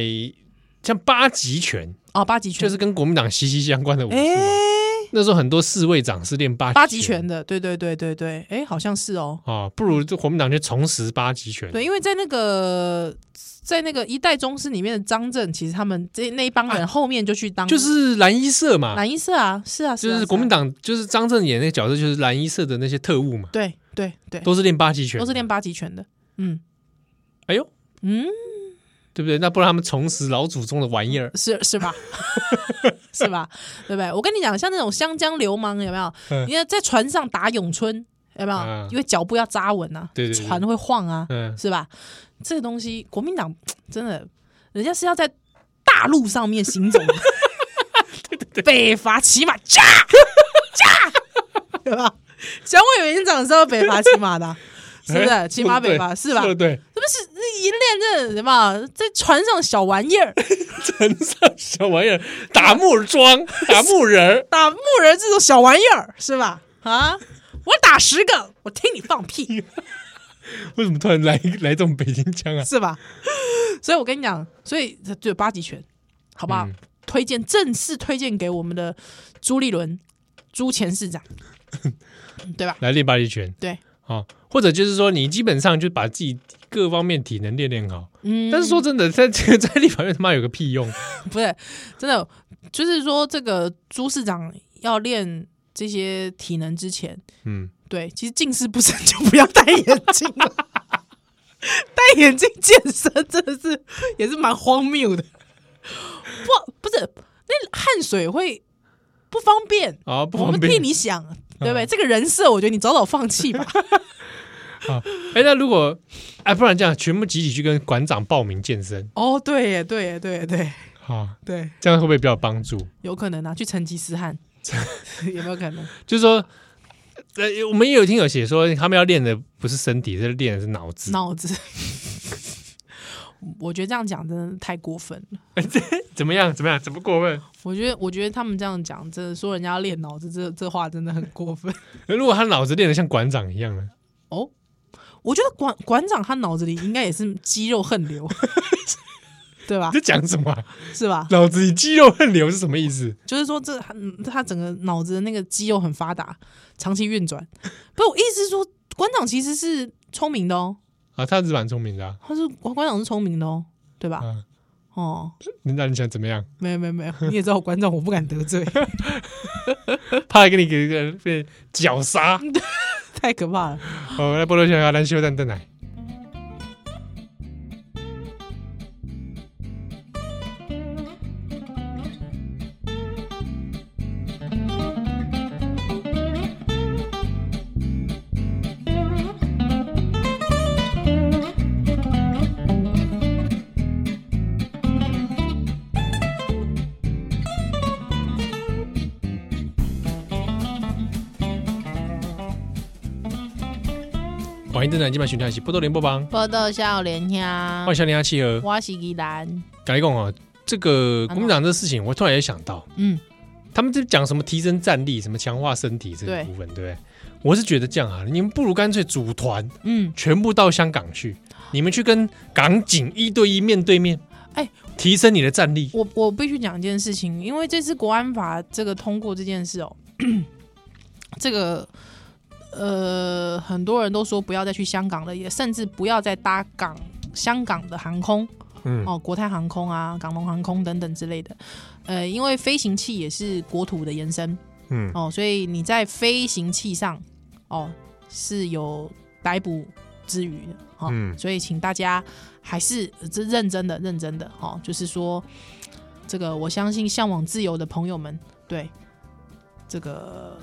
Speaker 1: 像八极拳，
Speaker 2: 哦八极拳
Speaker 1: 就是跟国民党息息相关的武术嘛。
Speaker 2: 哎
Speaker 1: 那时候很多侍卫长是练八
Speaker 2: 八极拳的，对对对对对，哎，好像是哦，
Speaker 1: 啊，不如这国民党就重拾八极拳。
Speaker 2: 对，因为在那个在那个一代宗师里面的张震，其实他们这那一帮人后面就去当
Speaker 1: 啊就是蓝衣社嘛，
Speaker 2: 蓝衣社啊，是啊，
Speaker 1: 就是
Speaker 2: 啊
Speaker 1: 国民，
Speaker 2: 啊
Speaker 1: 党，就是张震演那个角色，就是蓝衣社的那些特务嘛，
Speaker 2: 对对对，
Speaker 1: 都是练八极拳，
Speaker 2: 都是练。八极拳的，嗯
Speaker 1: 哎呦，
Speaker 2: 嗯，
Speaker 1: 对不对？那不然他们重拾老祖宗的玩
Speaker 2: (laughs)
Speaker 1: 意儿，
Speaker 2: 是
Speaker 1: (laughs)
Speaker 2: 是吧？是吧？对不对？我跟你讲，像那种湘江流氓有没有？
Speaker 1: 嗯
Speaker 2: 你看在船上打咏春有没有
Speaker 1: 嗯？
Speaker 2: 因为脚步要扎稳啊，
Speaker 1: 对对对
Speaker 2: 船会晃啊，
Speaker 1: 嗯，
Speaker 2: 是吧？这个东西，国民党真的，人家是要在大陆上面行走的，
Speaker 1: (laughs)
Speaker 2: 北伐骑马，驾驾， (laughs) 对吧？蒋委员长是要北伐骑马的啊、是不是？骑马北伐
Speaker 1: 哎对
Speaker 2: 是吧？
Speaker 1: 对
Speaker 2: 是
Speaker 1: 对，
Speaker 2: 不是那一练这什么，在船上小玩意儿，
Speaker 1: 陈上小玩意儿，打木
Speaker 2: (laughs)
Speaker 1: 桩，打木人儿，
Speaker 2: 打木人这种小玩意儿是吧？啊，我打十个，我听你放屁。
Speaker 1: 为什么突然来来这种北京腔
Speaker 2: (laughs)
Speaker 1: 啊？
Speaker 2: 是吧？所以我跟你讲，所以就有八极拳，好不好？
Speaker 1: 嗯
Speaker 2: 推荐正式推荐给我们的朱立伦朱前市长，对吧？
Speaker 1: 来练八极拳
Speaker 2: 对，
Speaker 1: 啊，或者就是说，你基本上就把自己各方面体能练练好。
Speaker 2: 嗯，
Speaker 1: 但是说真的，在这个在立法院他妈有个屁用？
Speaker 2: 不是真的，就是说这个朱市长要练这些体能之前，
Speaker 1: 嗯，
Speaker 2: 对，其实近视不深就不要戴眼镜了。戴眼镜健身真的是也是蛮荒谬的，不不是那汗水会不方便，
Speaker 1: 啊，不
Speaker 2: 我
Speaker 1: 方
Speaker 2: 们替
Speaker 1: 便。嗯
Speaker 2: 你想，对不对？这个人设，我觉得你早早放
Speaker 1: (laughs)
Speaker 2: 弃吧。
Speaker 1: 哎，那如果哎，不然这样，全部集体去跟馆长报名健身
Speaker 2: 哦，对耶，对耶，对耶，对耶
Speaker 1: 啊，
Speaker 2: 对，
Speaker 1: 这样会不会比较有帮助？
Speaker 2: 有可能啊，去成吉思汗， (laughs) 有没有可能？
Speaker 1: 就是说，呃，我们也有听友写说，他们要练的不是身体，是练的是脑子。
Speaker 2: 脑子，我觉得这样讲真的太过分了。
Speaker 1: 怎么样？怎么样？怎么过分？
Speaker 2: 我觉得，我觉得他们这样讲，真的说人家要练脑子，这这话真的很过分。
Speaker 1: 如果他脑子练得像馆长一样呢？
Speaker 2: 哦，我觉得馆馆长他脑子里应该也是肌肉横流，对吧
Speaker 1: 你？在讲什么啊、
Speaker 2: 是吧？
Speaker 1: 脑子里肌肉横流是什么意思？
Speaker 2: 就是说这嗯他整个脑子的那个肌肉很发达，长期运转。不是我意思是说，馆长其实是聪明的哦，
Speaker 1: 啊，他是蛮聪明的啊。
Speaker 2: 他是馆长是聪明的哦，对吧？
Speaker 1: 啊
Speaker 2: 哦，
Speaker 1: 那你想怎么样？
Speaker 2: 没有没有没有，你也知道我馆长我不敢得罪， (laughs)
Speaker 1: 怕给你给个被绞杀。
Speaker 2: 太可怕了。
Speaker 1: 哦，那菠萝小鸭咱修蛋蛋奶。欢迎登台今晚选台戏，波多连播帮，
Speaker 2: 报道笑脸呀
Speaker 1: 欢迎，小林阿契儿。
Speaker 2: 我是宜兰，
Speaker 1: 改讲哦，这个国民党这事情，我突然也想到，
Speaker 2: 嗯，
Speaker 1: 他们就讲什么提升战力、什么强化身体这个
Speaker 2: 对
Speaker 1: 部分，对不对？我是觉得这样啊，你们不如干脆组团，
Speaker 2: 嗯，
Speaker 1: 全部到香港去，你们去跟港警一对一面对面，
Speaker 2: 哎，
Speaker 1: 提升你的战力。
Speaker 2: 我我必须讲一件事情，因为这次国安法这个通过这件事哦， (clears throat) 这个呃，很多人都说不要再去香港了，也甚至不要再搭港香港的航空
Speaker 1: 嗯，
Speaker 2: 哦，国泰航空啊、港龙航空等等之类的。呃，因为飞行器也是国土的延伸
Speaker 1: 嗯，
Speaker 2: 哦，所以你在飞行器上哦是有逮捕之余的哦，
Speaker 1: 嗯
Speaker 2: 所以请大家还是呃这认真的、认真的哦，就是说这个我相信向往自由的朋友们，对这个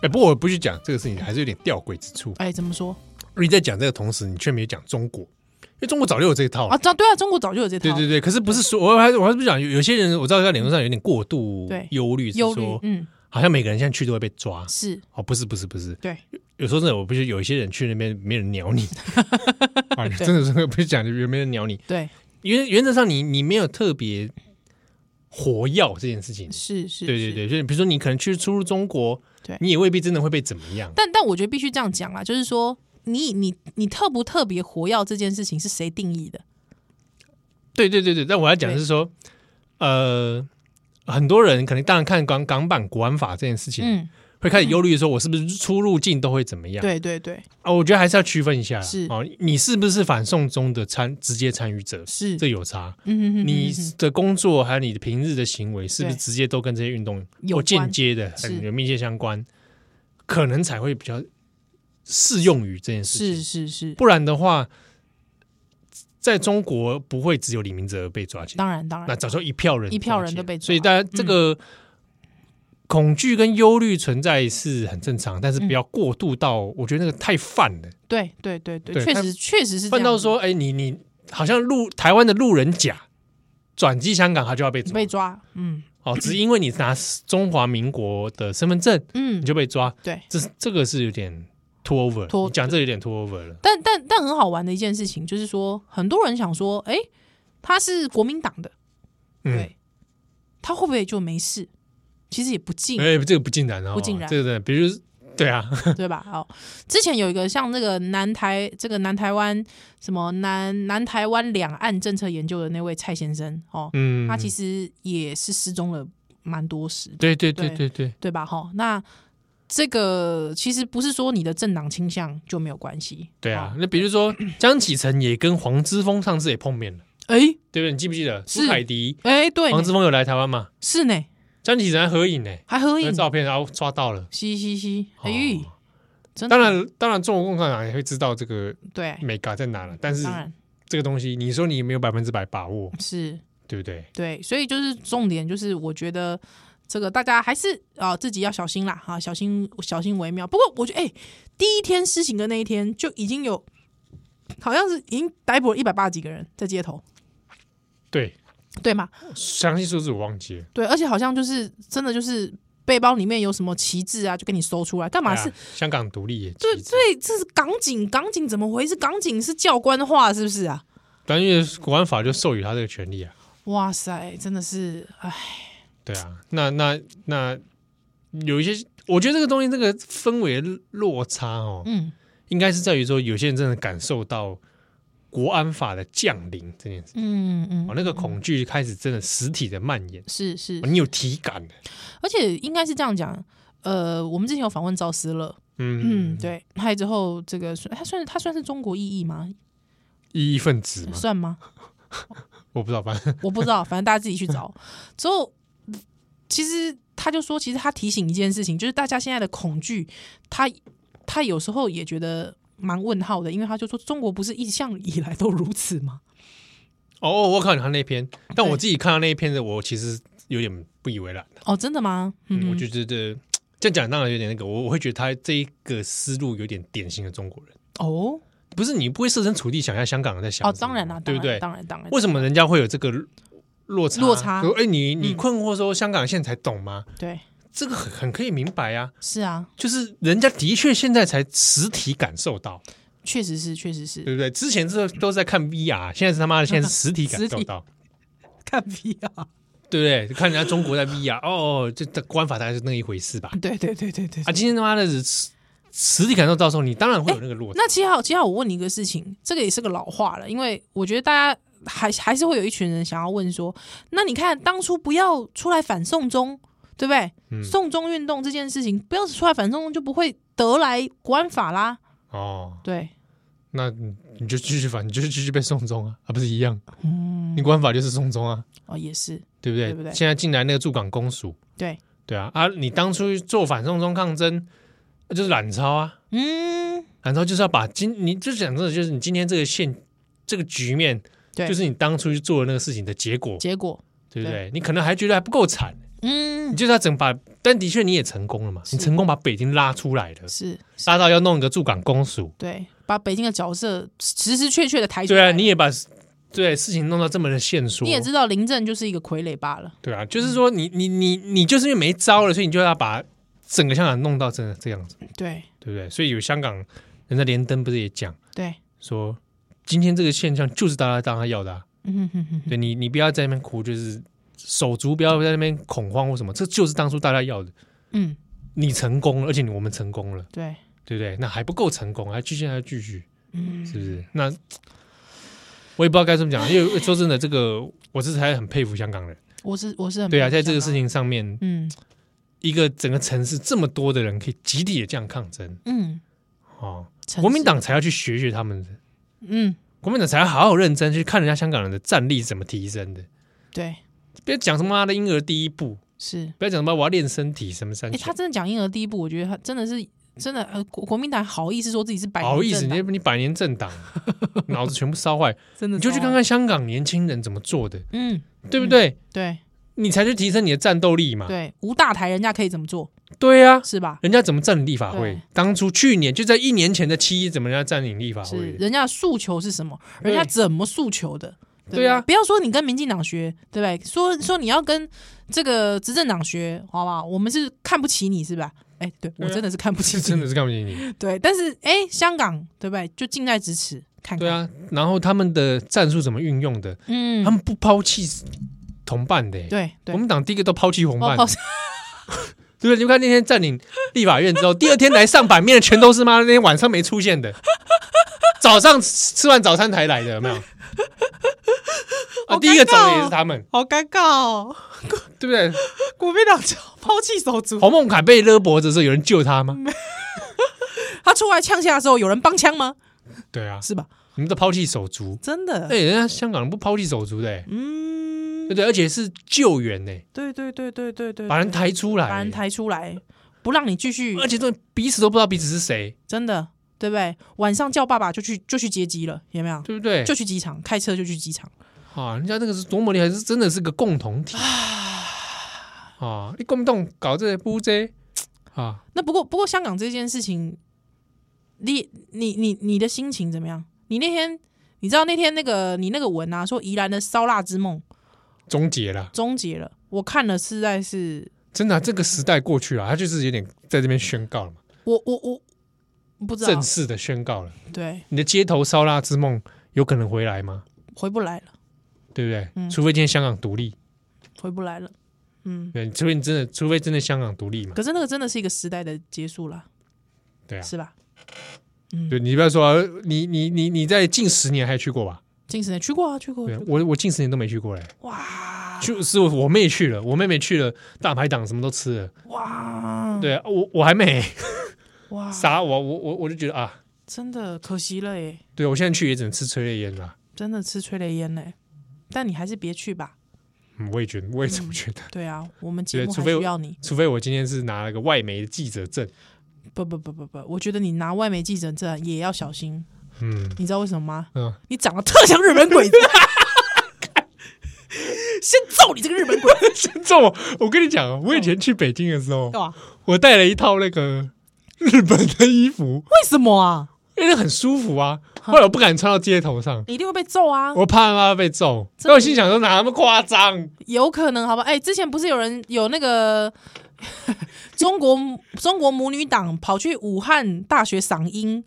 Speaker 1: 哎，不过我不去讲这个事情，还是有点吊诡之处。
Speaker 2: 哎怎么说
Speaker 1: 你在讲这个同时，你却没有讲中国，因为中国早就有这一套了
Speaker 2: 啊？。这对啊，中国早就有这套
Speaker 1: 哦对对对，可是不是说，我还我还是不讲，有有些人我知道在脸书上有点过度
Speaker 2: 对
Speaker 1: 忧虑，是
Speaker 2: 忧虑
Speaker 1: 说，
Speaker 2: 嗯，
Speaker 1: 好像每个人现在去都会被抓。
Speaker 2: 是
Speaker 1: 哦，不是不是不是，
Speaker 2: 对
Speaker 1: 有时候真的，我不是有一些人去那边没人
Speaker 2: (laughs)
Speaker 1: 鸟你，啊，
Speaker 2: 对
Speaker 1: 真的真的不是讲有没人鸟你，
Speaker 2: 对
Speaker 1: 原原则上你你没有特别活药这件事情，
Speaker 2: 是是，
Speaker 1: 对对
Speaker 2: 是
Speaker 1: 对，就是比如说你可能去出入中国，
Speaker 2: 对
Speaker 1: 你也未必真的会被怎么样，
Speaker 2: 但但我觉得必须这样讲啦，就是说你你你特不特别活跃这件事情是谁定义的？
Speaker 1: 对对对对，但我要讲的是说，呃，很多人可能当然看港港版国安法这件事情，
Speaker 2: 嗯，
Speaker 1: 会开始忧虑说，我是不是出入境都会怎么样？
Speaker 2: 对对对，
Speaker 1: 啊，我觉得还是要区分一下，
Speaker 2: 是
Speaker 1: 哦，你是不是反送中的参直接参与者？
Speaker 2: 是，
Speaker 1: 这有差，
Speaker 2: 嗯哼哼哼
Speaker 1: 你
Speaker 2: 哼
Speaker 1: 的工作还有你的平日的行为，是不是
Speaker 2: 对
Speaker 1: 直接都跟这些运动
Speaker 2: 有
Speaker 1: 或
Speaker 2: 关
Speaker 1: 间接的
Speaker 2: 是
Speaker 1: 很有密切相关？可能才会比较适用于这件事情，
Speaker 2: 是是是，
Speaker 1: 不然的话，在中国不会只有李明哲被抓起来，
Speaker 2: 当然当
Speaker 1: 那
Speaker 2: 然，
Speaker 1: 早就一票人
Speaker 2: 一票人
Speaker 1: 抓起来
Speaker 2: 都被抓嗯
Speaker 1: 所以大家这个恐惧跟忧虑存在是很正常，但是
Speaker 2: 嗯
Speaker 1: 不要过度到，我觉得那个太泛了，
Speaker 2: 对对对对，
Speaker 1: 对
Speaker 2: 确
Speaker 1: 但
Speaker 2: 实确实是这
Speaker 1: 泛
Speaker 2: 样
Speaker 1: 到
Speaker 2: 子
Speaker 1: 说，哎，你你好像路台湾的路人甲转机香港，他就要被抓
Speaker 2: 被抓，嗯
Speaker 1: 哦，只因为你拿中华民国的身份证
Speaker 2: 嗯
Speaker 1: 你，就被抓，
Speaker 2: 对。
Speaker 1: 这是这个是有点 too over，
Speaker 2: Too-
Speaker 1: 你讲这有点 too over 了，
Speaker 2: 但但但很好玩的一件事情就是说，很多人想说，哎、他是国民党的，对，
Speaker 1: 嗯。
Speaker 2: 他会不会就没事？其实也不尽，
Speaker 1: 哎，这个不尽然哦，
Speaker 2: 不尽然
Speaker 1: 这个比如对啊，
Speaker 2: 对吧？哦，之前有一个像那个南台这个南台湾什么南南台湾两岸政策研究的那位蔡先生哦，
Speaker 1: 嗯，
Speaker 2: 他其实也是失踪了蛮多时，
Speaker 1: 对对对
Speaker 2: 对啊
Speaker 1: 对对，
Speaker 2: 对吧？哈，那这个其实不是说你的政党倾向就没有关系，
Speaker 1: 对啊
Speaker 2: 哦，，
Speaker 1: 那比如说江启臣也跟黄之锋上次也碰面了，
Speaker 2: 哎、
Speaker 1: 对不对？你记不记得
Speaker 2: 是
Speaker 1: 苏凯迪、
Speaker 2: 哎、对呢，
Speaker 1: 黄之锋有来台湾嘛？
Speaker 2: 是呢，
Speaker 1: 江启臣还合影呢，
Speaker 2: 还合
Speaker 1: 那
Speaker 2: 影，
Speaker 1: 照片然后抓到了。
Speaker 2: 嘻嘻嘻，哎、
Speaker 1: 哦
Speaker 2: 真的
Speaker 1: 当然，当然，中国共产党也会知道这个
Speaker 2: 对，
Speaker 1: 美嘎在哪了，但是
Speaker 2: 当然
Speaker 1: 这个东西，你说你有没有百分之百把握，
Speaker 2: 是
Speaker 1: 对不对？
Speaker 2: 对，所以就是重点就是，我觉得这个大家还是啊、自己要小心啦，哈、小心小心为妙。不过我觉得，哎、第一天施行的那一天就已经有，好像是已经逮捕了一百八几个人在街头，
Speaker 1: 对，
Speaker 2: 对吗？
Speaker 1: 详细数字我忘记了。
Speaker 2: 对，而且好像就是真的就是背包里面有什么旗帜啊，就给你搜出来，干嘛
Speaker 1: 对啊
Speaker 2: 是？
Speaker 1: 香港独立也
Speaker 2: 对
Speaker 1: 旗帜，
Speaker 2: 对，这是港警，港警怎么回事？港警是教官化是不是啊？
Speaker 1: 但因为国安法就授予他这个权利啊。
Speaker 2: 哇塞，真的是，哎，
Speaker 1: 对啊，那那那有一些，我觉得这个东西这个氛围落差哦，
Speaker 2: 嗯，
Speaker 1: 应该是在于说，有些人真的感受到国安法的降临这件事，
Speaker 2: 嗯嗯
Speaker 1: 哦，那个恐惧开始真的实体的蔓延，
Speaker 2: 是是
Speaker 1: 哦，你有体感的，
Speaker 2: 而且应该是这样讲，呃，我们之前有访问赵思乐，嗯，
Speaker 1: 嗯，
Speaker 2: 对，还之后这个算他算他算是中国异议吗？
Speaker 1: 异议分子嘛，
Speaker 2: 算吗？
Speaker 1: 我不知道，反正
Speaker 2: 我不知道，反正大家自己去找。之后，其实他就说，其实他提醒一件事情，就是大家现在的恐惧，他他有时候也觉得蛮问号的，因为他就说中国不是一向以来都如此吗？
Speaker 1: 哦，我看了他那篇，但
Speaker 2: 对
Speaker 1: 我自己看到那一篇的，我其实有点不以为然，
Speaker 2: 哦，真的吗？嗯，
Speaker 1: 嗯，我就觉得。这样讲当然有点那个，我我会觉得他这一个思路有点典型的中国人，
Speaker 2: 哦
Speaker 1: 不是你不会设身处地想一下香港人在想
Speaker 2: 哦，
Speaker 1: 什么
Speaker 2: 当然啦，
Speaker 1: 对不对？
Speaker 2: 当然当然，
Speaker 1: 为什么人家会有这个落差？
Speaker 2: 落差
Speaker 1: 说哎，你你
Speaker 2: 嗯
Speaker 1: 困惑说香港现在才懂吗？
Speaker 2: 对
Speaker 1: 这个很很可以明白啊，
Speaker 2: 是啊，
Speaker 1: 就是人家的确现在才实体感受到，
Speaker 2: 确实是，确实是
Speaker 1: 对不对？之前是都是在看 VR，现在是他妈的现在是实体感
Speaker 2: 实
Speaker 1: 受
Speaker 2: 体
Speaker 1: 到，
Speaker 2: 看
Speaker 1: 啊
Speaker 2: VR。
Speaker 1: 对不对？就看人家中国在 VR，哦哦，这这关法大概是那一回事吧？
Speaker 2: (laughs) 对对对对对
Speaker 1: 啊，今天他妈的实实体感受到的时候，你当然会有那个落差。
Speaker 2: 那七号，七号，我问你一个事情，这个也是个老话了，因为我觉得大家还还是会有一群人想要问说，那你看当初不要出来反送中，对不对？
Speaker 1: 嗯
Speaker 2: 送中运动这件事情，不要出来反送中，就不会得来国安法啦。
Speaker 1: 哦，
Speaker 2: 对，
Speaker 1: 那你你就继续反，你就继续被送中啊，啊，不是一样？嗯，你关法就是送中啊，
Speaker 2: 哦，也是，
Speaker 1: 对不对？
Speaker 2: 对不对
Speaker 1: 现在进来那个驻港公署，
Speaker 2: 对，
Speaker 1: 对啊，啊，你当初做反送中抗争，那就是懒操啊，
Speaker 2: 嗯，
Speaker 1: 懒操就是要把今，你就讲真的，就是你今天这个现这个局面，
Speaker 2: 对，
Speaker 1: 就是你当初去做的那个事情的结果，
Speaker 2: 结果，
Speaker 1: 对不对？你可能还觉得还不够惨，你
Speaker 2: 嗯，
Speaker 1: 就是要整把，但的确你也成功了嘛，你成功把北京拉出来了，
Speaker 2: 是，
Speaker 1: 拉到要弄一个驻港公署，
Speaker 2: 对，把北京的角色实实确确的抬出
Speaker 1: 对
Speaker 2: 来。
Speaker 1: 啊，你也把对事情弄到这么的线索，
Speaker 2: 你也知道林郑就是一个傀儡罢了，
Speaker 1: 对啊，就是说你你你你就是因为没招了，所以你就要把整个香港弄到真的这样子，
Speaker 2: 对
Speaker 1: 对不对？所以有香港人在连登不是也讲
Speaker 2: 对，
Speaker 1: 说，今天这个现象就是大家当他要的、啊，
Speaker 2: 嗯哼哼哼哼，
Speaker 1: 对你你不要在那边哭，就是手足不要在那边恐慌或什么，这就是当初大家要的。
Speaker 2: 嗯，
Speaker 1: 你成功了，而且你我们成功了，
Speaker 2: 对，
Speaker 1: 对不对？那还不够成功，还继续还要继续，
Speaker 2: 嗯，
Speaker 1: 是不是？那我也不知道该怎么讲，因为 (laughs) 说真的，这个我是还很佩服香港人。
Speaker 2: 我是我是很
Speaker 1: 对啊，
Speaker 2: 没
Speaker 1: 在
Speaker 2: 有
Speaker 1: 这个
Speaker 2: 想
Speaker 1: 事情上面，
Speaker 2: 到，嗯
Speaker 1: 一个整个城市这么多的人可以集体的这样抗争
Speaker 2: 嗯，
Speaker 1: 哦，
Speaker 2: 城
Speaker 1: 国民
Speaker 2: 市，
Speaker 1: 党才要去学学他们的，
Speaker 2: 嗯，
Speaker 1: 国民党才要好好认真去看人家香港人的战力是怎么提升的，
Speaker 2: 对，
Speaker 1: 不要讲什么妈的婴儿第一步，
Speaker 2: 是，
Speaker 1: 不要讲什么我要练身体什么三
Speaker 2: 哎，
Speaker 1: 小
Speaker 2: 他，真的讲婴儿第一步，我觉得他真的是真的，呃，国国民党好意思说自己是百
Speaker 1: 哦好
Speaker 2: 年
Speaker 1: 意思，
Speaker 2: 政
Speaker 1: 你
Speaker 2: 党
Speaker 1: 你百年政党， (laughs) 脑子全部烧坏，
Speaker 2: 真的
Speaker 1: 你就去
Speaker 2: 糟啊
Speaker 1: 看，看香港年轻人怎么做的，
Speaker 2: 嗯，
Speaker 1: 对不对？
Speaker 2: 对
Speaker 1: 你才去提升你的战斗力嘛，
Speaker 2: 对，吴大台人家可以怎么做，
Speaker 1: 对啊呀、
Speaker 2: 是吧？
Speaker 1: 人家怎么占领立法会
Speaker 2: 对？
Speaker 1: 当初去年就在一年前的七一，怎么人家占领立法
Speaker 2: 是
Speaker 1: 会的？
Speaker 2: 人家的诉求是什么，
Speaker 1: 对
Speaker 2: 人家怎么诉求的。不
Speaker 1: 对啊
Speaker 2: 不要说你跟民进党学，对不对？说说你要跟这个执政党学，好不好？我们是看不起你，是吧？哎，对
Speaker 1: 对
Speaker 2: 我
Speaker 1: 啊
Speaker 2: 真的是看不
Speaker 1: 这
Speaker 2: 起你，
Speaker 1: (laughs) 真的是看不起你。
Speaker 2: 对。但是哎，香港对不对？就近在咫尺，看看。
Speaker 1: 对，啊，然后他们的战术怎么运用的？
Speaker 2: 嗯
Speaker 1: 他，们不抛弃同伴的、欸，
Speaker 2: 对对
Speaker 1: 国。民党第一个都抛弃同
Speaker 2: 哦
Speaker 1: 伴，
Speaker 2: 好
Speaker 1: 对不对？你看那天占领立法院之后，第二天来上版面的全都是妈那天晚上没出现
Speaker 2: (laughs)
Speaker 1: 的，早上吃吃完早餐才来的，有没有？啊，
Speaker 2: 好
Speaker 1: 第一个
Speaker 2: 尴
Speaker 1: 走
Speaker 2: 尬
Speaker 1: 的也
Speaker 2: 哦
Speaker 1: 是他们，
Speaker 2: 好尴尬哦！ (laughs)
Speaker 1: 对不对？
Speaker 2: 国民党就抛弃手足，
Speaker 1: 洪孟凯被勒脖子的时候，有人救他吗？
Speaker 2: 他出来呛下的时候，有人帮腔吗？
Speaker 1: 对啊，
Speaker 2: 是吧？
Speaker 1: 你们都抛弃手足，
Speaker 2: 真的，
Speaker 1: 哎、人家香港人不抛弃手足的、欸，对
Speaker 2: 嗯
Speaker 1: 不，对？而且是救援呢、欸
Speaker 2: 对对对对对对，
Speaker 1: 把人抬出来、呃
Speaker 2: 把人抬出来，不让你继续
Speaker 1: 而且都彼此都不知道彼此是谁，
Speaker 2: 真的，对不对？晚上叫爸爸就去就去接机了，有没有？
Speaker 1: 对不对？
Speaker 2: 就去机场，开车就去机场。
Speaker 1: 啊，人家那个是多么厉害，是真的是个共同体啊！你共同搞这些不这啊，
Speaker 2: 那不过不过香港这件事情，你你你你的心情怎么样？你那天你知道那天那个你那个文啊，说宜兰的烧腊之梦
Speaker 1: 终结了，
Speaker 2: 终结了，我看了实在是
Speaker 1: 真的啊、这个时代过去了，他就是有点在这边宣告了嘛，
Speaker 2: 我我我不知道
Speaker 1: 正，式的宣告了，
Speaker 2: 对，
Speaker 1: 你的街头烧腊之梦有可能回来吗？
Speaker 2: 回不来了，
Speaker 1: 对不对？
Speaker 2: 嗯
Speaker 1: 除非今天香港独立，
Speaker 2: 回不来了，嗯。
Speaker 1: 对，除非你真的，除非真的香港独立嘛，
Speaker 2: 可是那个真的是一个时代的结束了，
Speaker 1: 对啊，
Speaker 2: 是吧？
Speaker 1: 对你不要说啊、你你你你在近十年还去过吧？
Speaker 2: 近十年去过啊，去过，
Speaker 1: 对
Speaker 2: 去过
Speaker 1: 我我近十年都没去过嘞，
Speaker 2: 哇
Speaker 1: 就是我妹去了，我妹妹去了，大排档什么都吃了，
Speaker 2: 哇，
Speaker 1: 对啊我我还没。
Speaker 2: 哇，
Speaker 1: 啥？我我我我就觉得啊，
Speaker 2: 真的可惜了耶，
Speaker 1: 对我现在去也只能吃催泪烟了。
Speaker 2: 真的吃催泪烟嘞。但你还是别去吧。
Speaker 1: 嗯，我也觉得，我也这么觉得。
Speaker 2: 对啊，我们节
Speaker 1: 对
Speaker 2: 目
Speaker 1: 除
Speaker 2: 还
Speaker 1: 非
Speaker 2: 需要你。
Speaker 1: 除非我今天是拿了个外媒的记者证，
Speaker 2: 不不不不不，我觉得你拿外媒记者证也要小心。
Speaker 1: 嗯 (laughs)
Speaker 2: 你知道为什么吗？
Speaker 1: 嗯，
Speaker 2: 你长得特像日本鬼子。 (laughs) 先揍你这个日本鬼子，
Speaker 1: 这我我跟你讲，啊我以前去北京的时候
Speaker 2: 对，吧？
Speaker 1: 我带了一套那个日本的衣服，
Speaker 2: 为什么啊？
Speaker 1: 因为很舒服啊。后来我不敢穿到街头上，
Speaker 2: 你一定会被揍啊！
Speaker 1: 我怕他妈被揍。
Speaker 2: 真的
Speaker 1: 但我心想说，哪那么夸张？
Speaker 2: 有可能，好吧？哎、之前不是有人有那个 (laughs) 中国中国母女党跑去武汉大学赏樱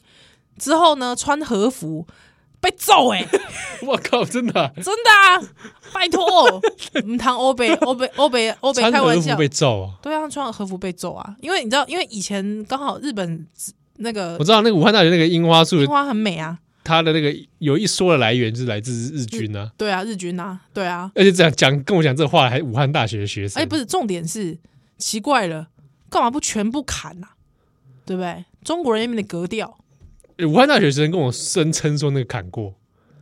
Speaker 2: 之后呢，穿和服被揍
Speaker 1: (laughs)
Speaker 2: 哎、
Speaker 1: 我靠，真的啊、
Speaker 2: 真的啊，拜托，唔谈欧北欧北欧北欧北
Speaker 1: 穿
Speaker 2: 开
Speaker 1: 和
Speaker 2: 玩
Speaker 1: 服
Speaker 2: 笑，
Speaker 1: 被揍啊！
Speaker 2: 对啊，穿和服被揍啊，因为你知道，因为以前刚好日本那个
Speaker 1: 我知道那个武汉大学那个樱花树
Speaker 2: 樱，花很美啊，
Speaker 1: 它的那个有一说的来源就是来自日军啊，
Speaker 2: 对啊，日军啊，对啊，
Speaker 1: 而且这样讲跟我讲这话的还武汉大学的学生，
Speaker 2: 哎，不是，重点是奇怪了，干嘛不全部砍呐、啊？对不对？中国人那边的格调，
Speaker 1: 是武汉大学生跟我声称说那个砍过，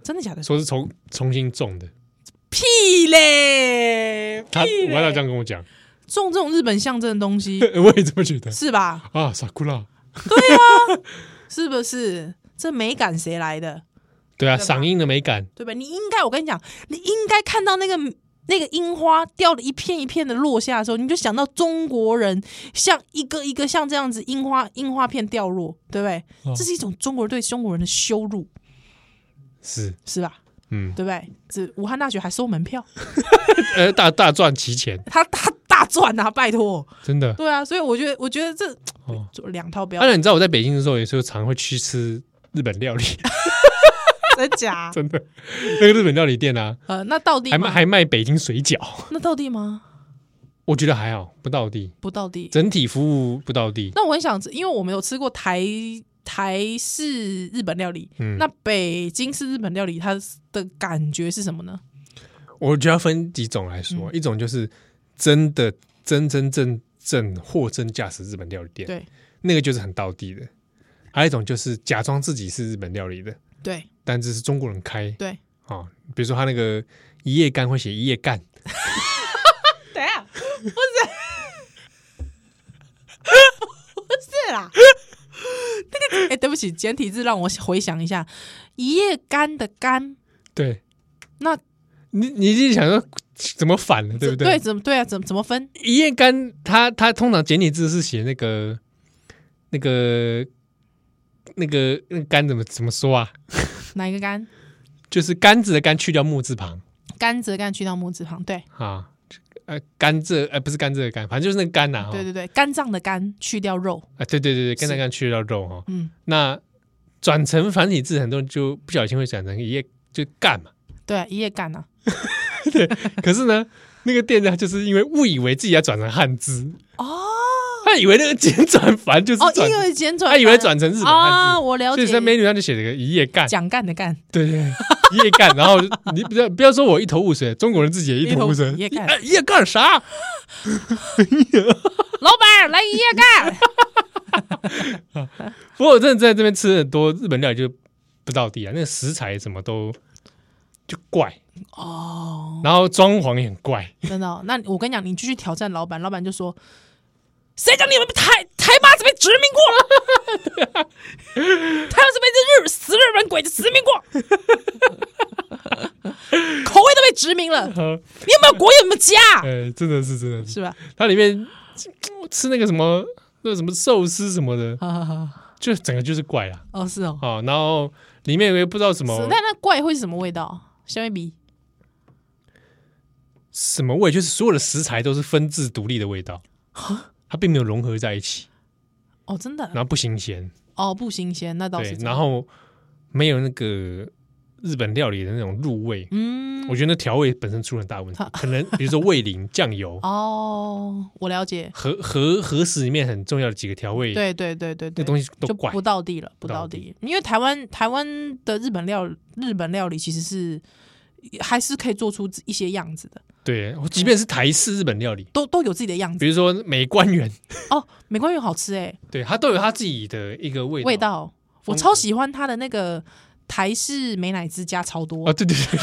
Speaker 2: 真的假的？
Speaker 1: 说是重重新种的，
Speaker 2: 屁嘞！
Speaker 1: 他
Speaker 2: 屁
Speaker 1: 武汉大学
Speaker 2: 嘞
Speaker 1: 这！样跟我讲， (laughs)
Speaker 2: 种这种日本象征的东西 (laughs)
Speaker 1: 我也这么觉得
Speaker 2: 是吧？
Speaker 1: 啊，傻哭了。
Speaker 2: 是不是？这美感谁来的？
Speaker 1: 对啊，
Speaker 2: 对吧
Speaker 1: 赏樱的美感，
Speaker 2: 对吧？你应该，我跟你讲，你应该看到那个那个樱花掉的一片一片的落下的时候，你就想到中国人像一个一个像这样子樱花樱花片掉落，对不对？
Speaker 1: 哦
Speaker 2: 这是一种中国人对中国人的羞辱，
Speaker 1: 是，
Speaker 2: 是吧？
Speaker 1: 嗯，
Speaker 2: 对不对？这武汉大学还收门票，
Speaker 1: 呃，大大赚其钱，
Speaker 2: 他他大赚啊！拜托，
Speaker 1: 真的
Speaker 2: 对啊，所以我觉得，我觉得这
Speaker 1: 哦。
Speaker 2: 就两套不要
Speaker 1: 当，然，你知道我在北京的时候，有时候常会去吃日本料理， (laughs)
Speaker 2: 真假？
Speaker 1: 真的，那个日本料理店啊，
Speaker 2: (laughs) 呃，那到底
Speaker 1: 还卖
Speaker 2: 吗？
Speaker 1: 还卖北京水饺，
Speaker 2: 那到底吗？
Speaker 1: 我觉得还好，不到地，
Speaker 2: 不到底。
Speaker 1: 整体服务不到地。
Speaker 2: 那我很想知，因为我们有吃过台台式日本料理，
Speaker 1: 嗯
Speaker 2: 那北京式日本料理它的感觉是什么呢？
Speaker 1: 我觉得要分几种来说，一种就是真的真真正正货真价实日本料理店，
Speaker 2: 对
Speaker 1: 那个就是很到地的；还有一种就是假装自己是日本料理的，
Speaker 2: 对
Speaker 1: 但这是中国人开
Speaker 2: 对，
Speaker 1: 啊、哦比如说他那个一夜干会写一夜干，
Speaker 2: 等一下，不是不是啦，那个哎、对不起，简体字让我回想一下，一夜干的干，
Speaker 1: 对
Speaker 2: 那
Speaker 1: 你你自己想说怎么反了，对不
Speaker 2: 怎对怎么对啊？怎么怎么分？
Speaker 1: 一夜干，它它通常简体字是写那个那个那个那个干怎么怎么说啊？
Speaker 2: 哪一个干？
Speaker 1: 就是杆子的杆去掉木字旁
Speaker 2: 甘蔗干去掉木字旁，对
Speaker 1: 啊，呃，甘蔗呃不是甘蔗的甘，反正就是那个甘呐、啊，
Speaker 2: 对对对，肝脏的肝去掉肉，
Speaker 1: 啊对对对对，
Speaker 2: 是
Speaker 1: 甘蔗干去掉肉哈、哦。
Speaker 2: 嗯，
Speaker 1: 那转成繁体字，很多人就不小心会转成一夜就干嘛。
Speaker 2: 对啊、一夜干啊，
Speaker 1: 可是呢，那个店家就是因为误以为自己要转成汉字，
Speaker 2: 哦。
Speaker 1: 他以为那个简转繁就是
Speaker 2: 哦，
Speaker 1: 转，
Speaker 2: 因为简转，
Speaker 1: 他以为转成日本汉
Speaker 2: 啊，
Speaker 1: 字。
Speaker 2: 我了
Speaker 1: 所
Speaker 2: 解。
Speaker 1: 以在 menu 上就写了个一夜干，
Speaker 2: 蒋干的干，
Speaker 1: 对对，一夜干，然后就你不要不要说我一头雾水，中国人自己也一头雾水，
Speaker 2: 一头一夜干
Speaker 1: 哎一夜干啥？
Speaker 2: 老板来一夜干，
Speaker 1: 不过我真的在这边吃很多日本料理就不到地啊，那个食材什么都就怪哦，然后装潢也很怪，
Speaker 2: 真的哦、那我跟你讲，你继续挑战老板，老板就说，谁叫你们台台巴子被殖民过 (laughs) 了？台湾是被这日死日本鬼子殖民过，口味都被殖民了，你
Speaker 1: 呃，
Speaker 2: 有没有国有没有家？
Speaker 1: 呃真的是真的是，
Speaker 2: 是吧？
Speaker 1: 它里面吃那个什么那个什么寿司什么的，
Speaker 2: 好好好，
Speaker 1: 就整个就是怪啦
Speaker 2: 哦是哦，
Speaker 1: 啊，然后里面也不知道什
Speaker 2: 是
Speaker 1: 么
Speaker 2: 那那怪会是什么味道？香芋鼻
Speaker 1: 什么味，就是所有的食材都是分自独立的味道，它并没有融合在一起，
Speaker 2: 哦，真的
Speaker 1: 然后不新鲜。
Speaker 2: 哦，不新鲜，那倒是
Speaker 1: 对，
Speaker 2: 真的。
Speaker 1: 然后没有那个日本料理的那种入味，
Speaker 2: 嗯，
Speaker 1: 我觉得那调味本身出了很大问题，可能比如说味淋、酱
Speaker 2: (laughs)
Speaker 1: 油、
Speaker 2: 哦，我了解。
Speaker 1: 和和和食里面很重要的几个调味，
Speaker 2: 对对对对
Speaker 1: 那
Speaker 2: 对，
Speaker 1: 东西都
Speaker 2: 就
Speaker 1: 怪
Speaker 2: 不到地了，不
Speaker 1: 到
Speaker 2: 到地。因为台湾台湾的日本料日本料理其实是还是可以做出一些样子的，
Speaker 1: 对，我即便是台式日本料理，
Speaker 2: 都都有自己的样子
Speaker 1: 比。如说美官员，
Speaker 2: 哦，美观园好吃哎、
Speaker 1: 对它都有它自己的一个味
Speaker 2: 味
Speaker 1: 道
Speaker 2: 道
Speaker 1: 风
Speaker 2: 我
Speaker 1: 格
Speaker 2: 超喜欢它的那个台式美乃滋加超多，
Speaker 1: 啊，对对对，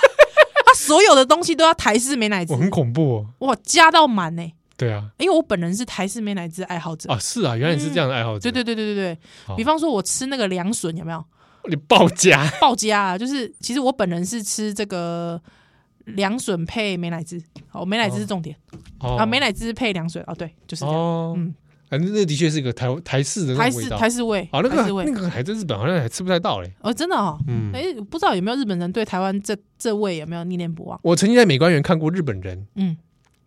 Speaker 1: (laughs)
Speaker 2: 它所有的东西都要台式美乃滋
Speaker 1: 我，很恐怖哦，
Speaker 2: 哇，加到满哎、
Speaker 1: 对啊，
Speaker 2: 因为我本人是台式美乃滋爱好者。
Speaker 1: 啊是啊，原来你是这样的爱好者，
Speaker 2: 嗯对对对对对
Speaker 1: 好
Speaker 2: 对，比方说我吃那个凉笋有没有？
Speaker 1: 对，你爆家
Speaker 2: 爆家啊！就是其实我本人是吃这个凉笋配美乃滋，哦，美乃滋是重点、
Speaker 1: 哦
Speaker 2: (laughs) 啊，美乃滋配凉笋哦，对，就是这样。
Speaker 1: 哦，
Speaker 2: 嗯
Speaker 1: 反正那的确是一个台台式的那
Speaker 2: 台
Speaker 1: 哦种味
Speaker 2: 式
Speaker 1: 道。
Speaker 2: 台式味，
Speaker 1: 啊，那
Speaker 2: 台式
Speaker 1: 个那
Speaker 2: 味，
Speaker 1: 个还在日本好像还吃不太到嘞。
Speaker 2: 哦，真的哦，
Speaker 1: 嗯，
Speaker 2: 哎、不知道有没有日本人对台湾这这味有没有念念不忘？
Speaker 1: 我曾经在美观园看过日本人
Speaker 2: 嗯，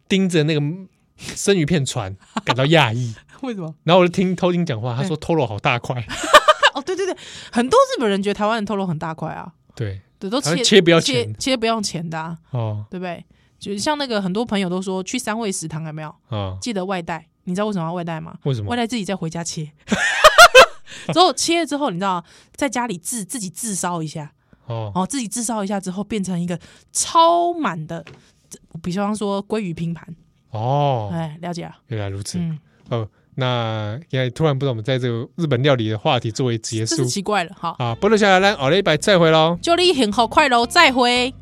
Speaker 1: 盯着那个 (laughs) 生鱼片
Speaker 2: (laughs)
Speaker 1: 船感到讶异。
Speaker 2: 为什么？
Speaker 1: 然后我就听偷听讲话，他说 Toro 好大块，
Speaker 2: 哦，对对对，很多日本人觉得台湾人透露很大块啊，
Speaker 1: 对，
Speaker 2: 对，都
Speaker 1: 好
Speaker 2: 切
Speaker 1: 像切不要
Speaker 2: 切
Speaker 1: 钱
Speaker 2: 切不用钱的、啊，
Speaker 1: 哦
Speaker 2: 对不对？就像那个很多朋友都说去三味食堂有没有？
Speaker 1: 啊，
Speaker 2: 记得外带，你知道为什么要外带吗？
Speaker 1: 为什么
Speaker 2: 外？带自己再回家切， (laughs) 之后切了之后，你知道在家里自自己自烧一下，
Speaker 1: 哦，
Speaker 2: 哦，自己自烧一下之后变成一个超满的，比方说鲑鱼拼盘，
Speaker 1: 哦，
Speaker 2: 哎，了解啊，
Speaker 1: 原来如此。
Speaker 2: 嗯，
Speaker 1: 哦，那也突然不知道我们在这个日本料理的话题作为结
Speaker 2: 这
Speaker 1: 束
Speaker 2: 是奇怪了，好，
Speaker 1: 啊，波多小海兰，奥雷白再回喽。
Speaker 2: 祝你幸福快乐，再会。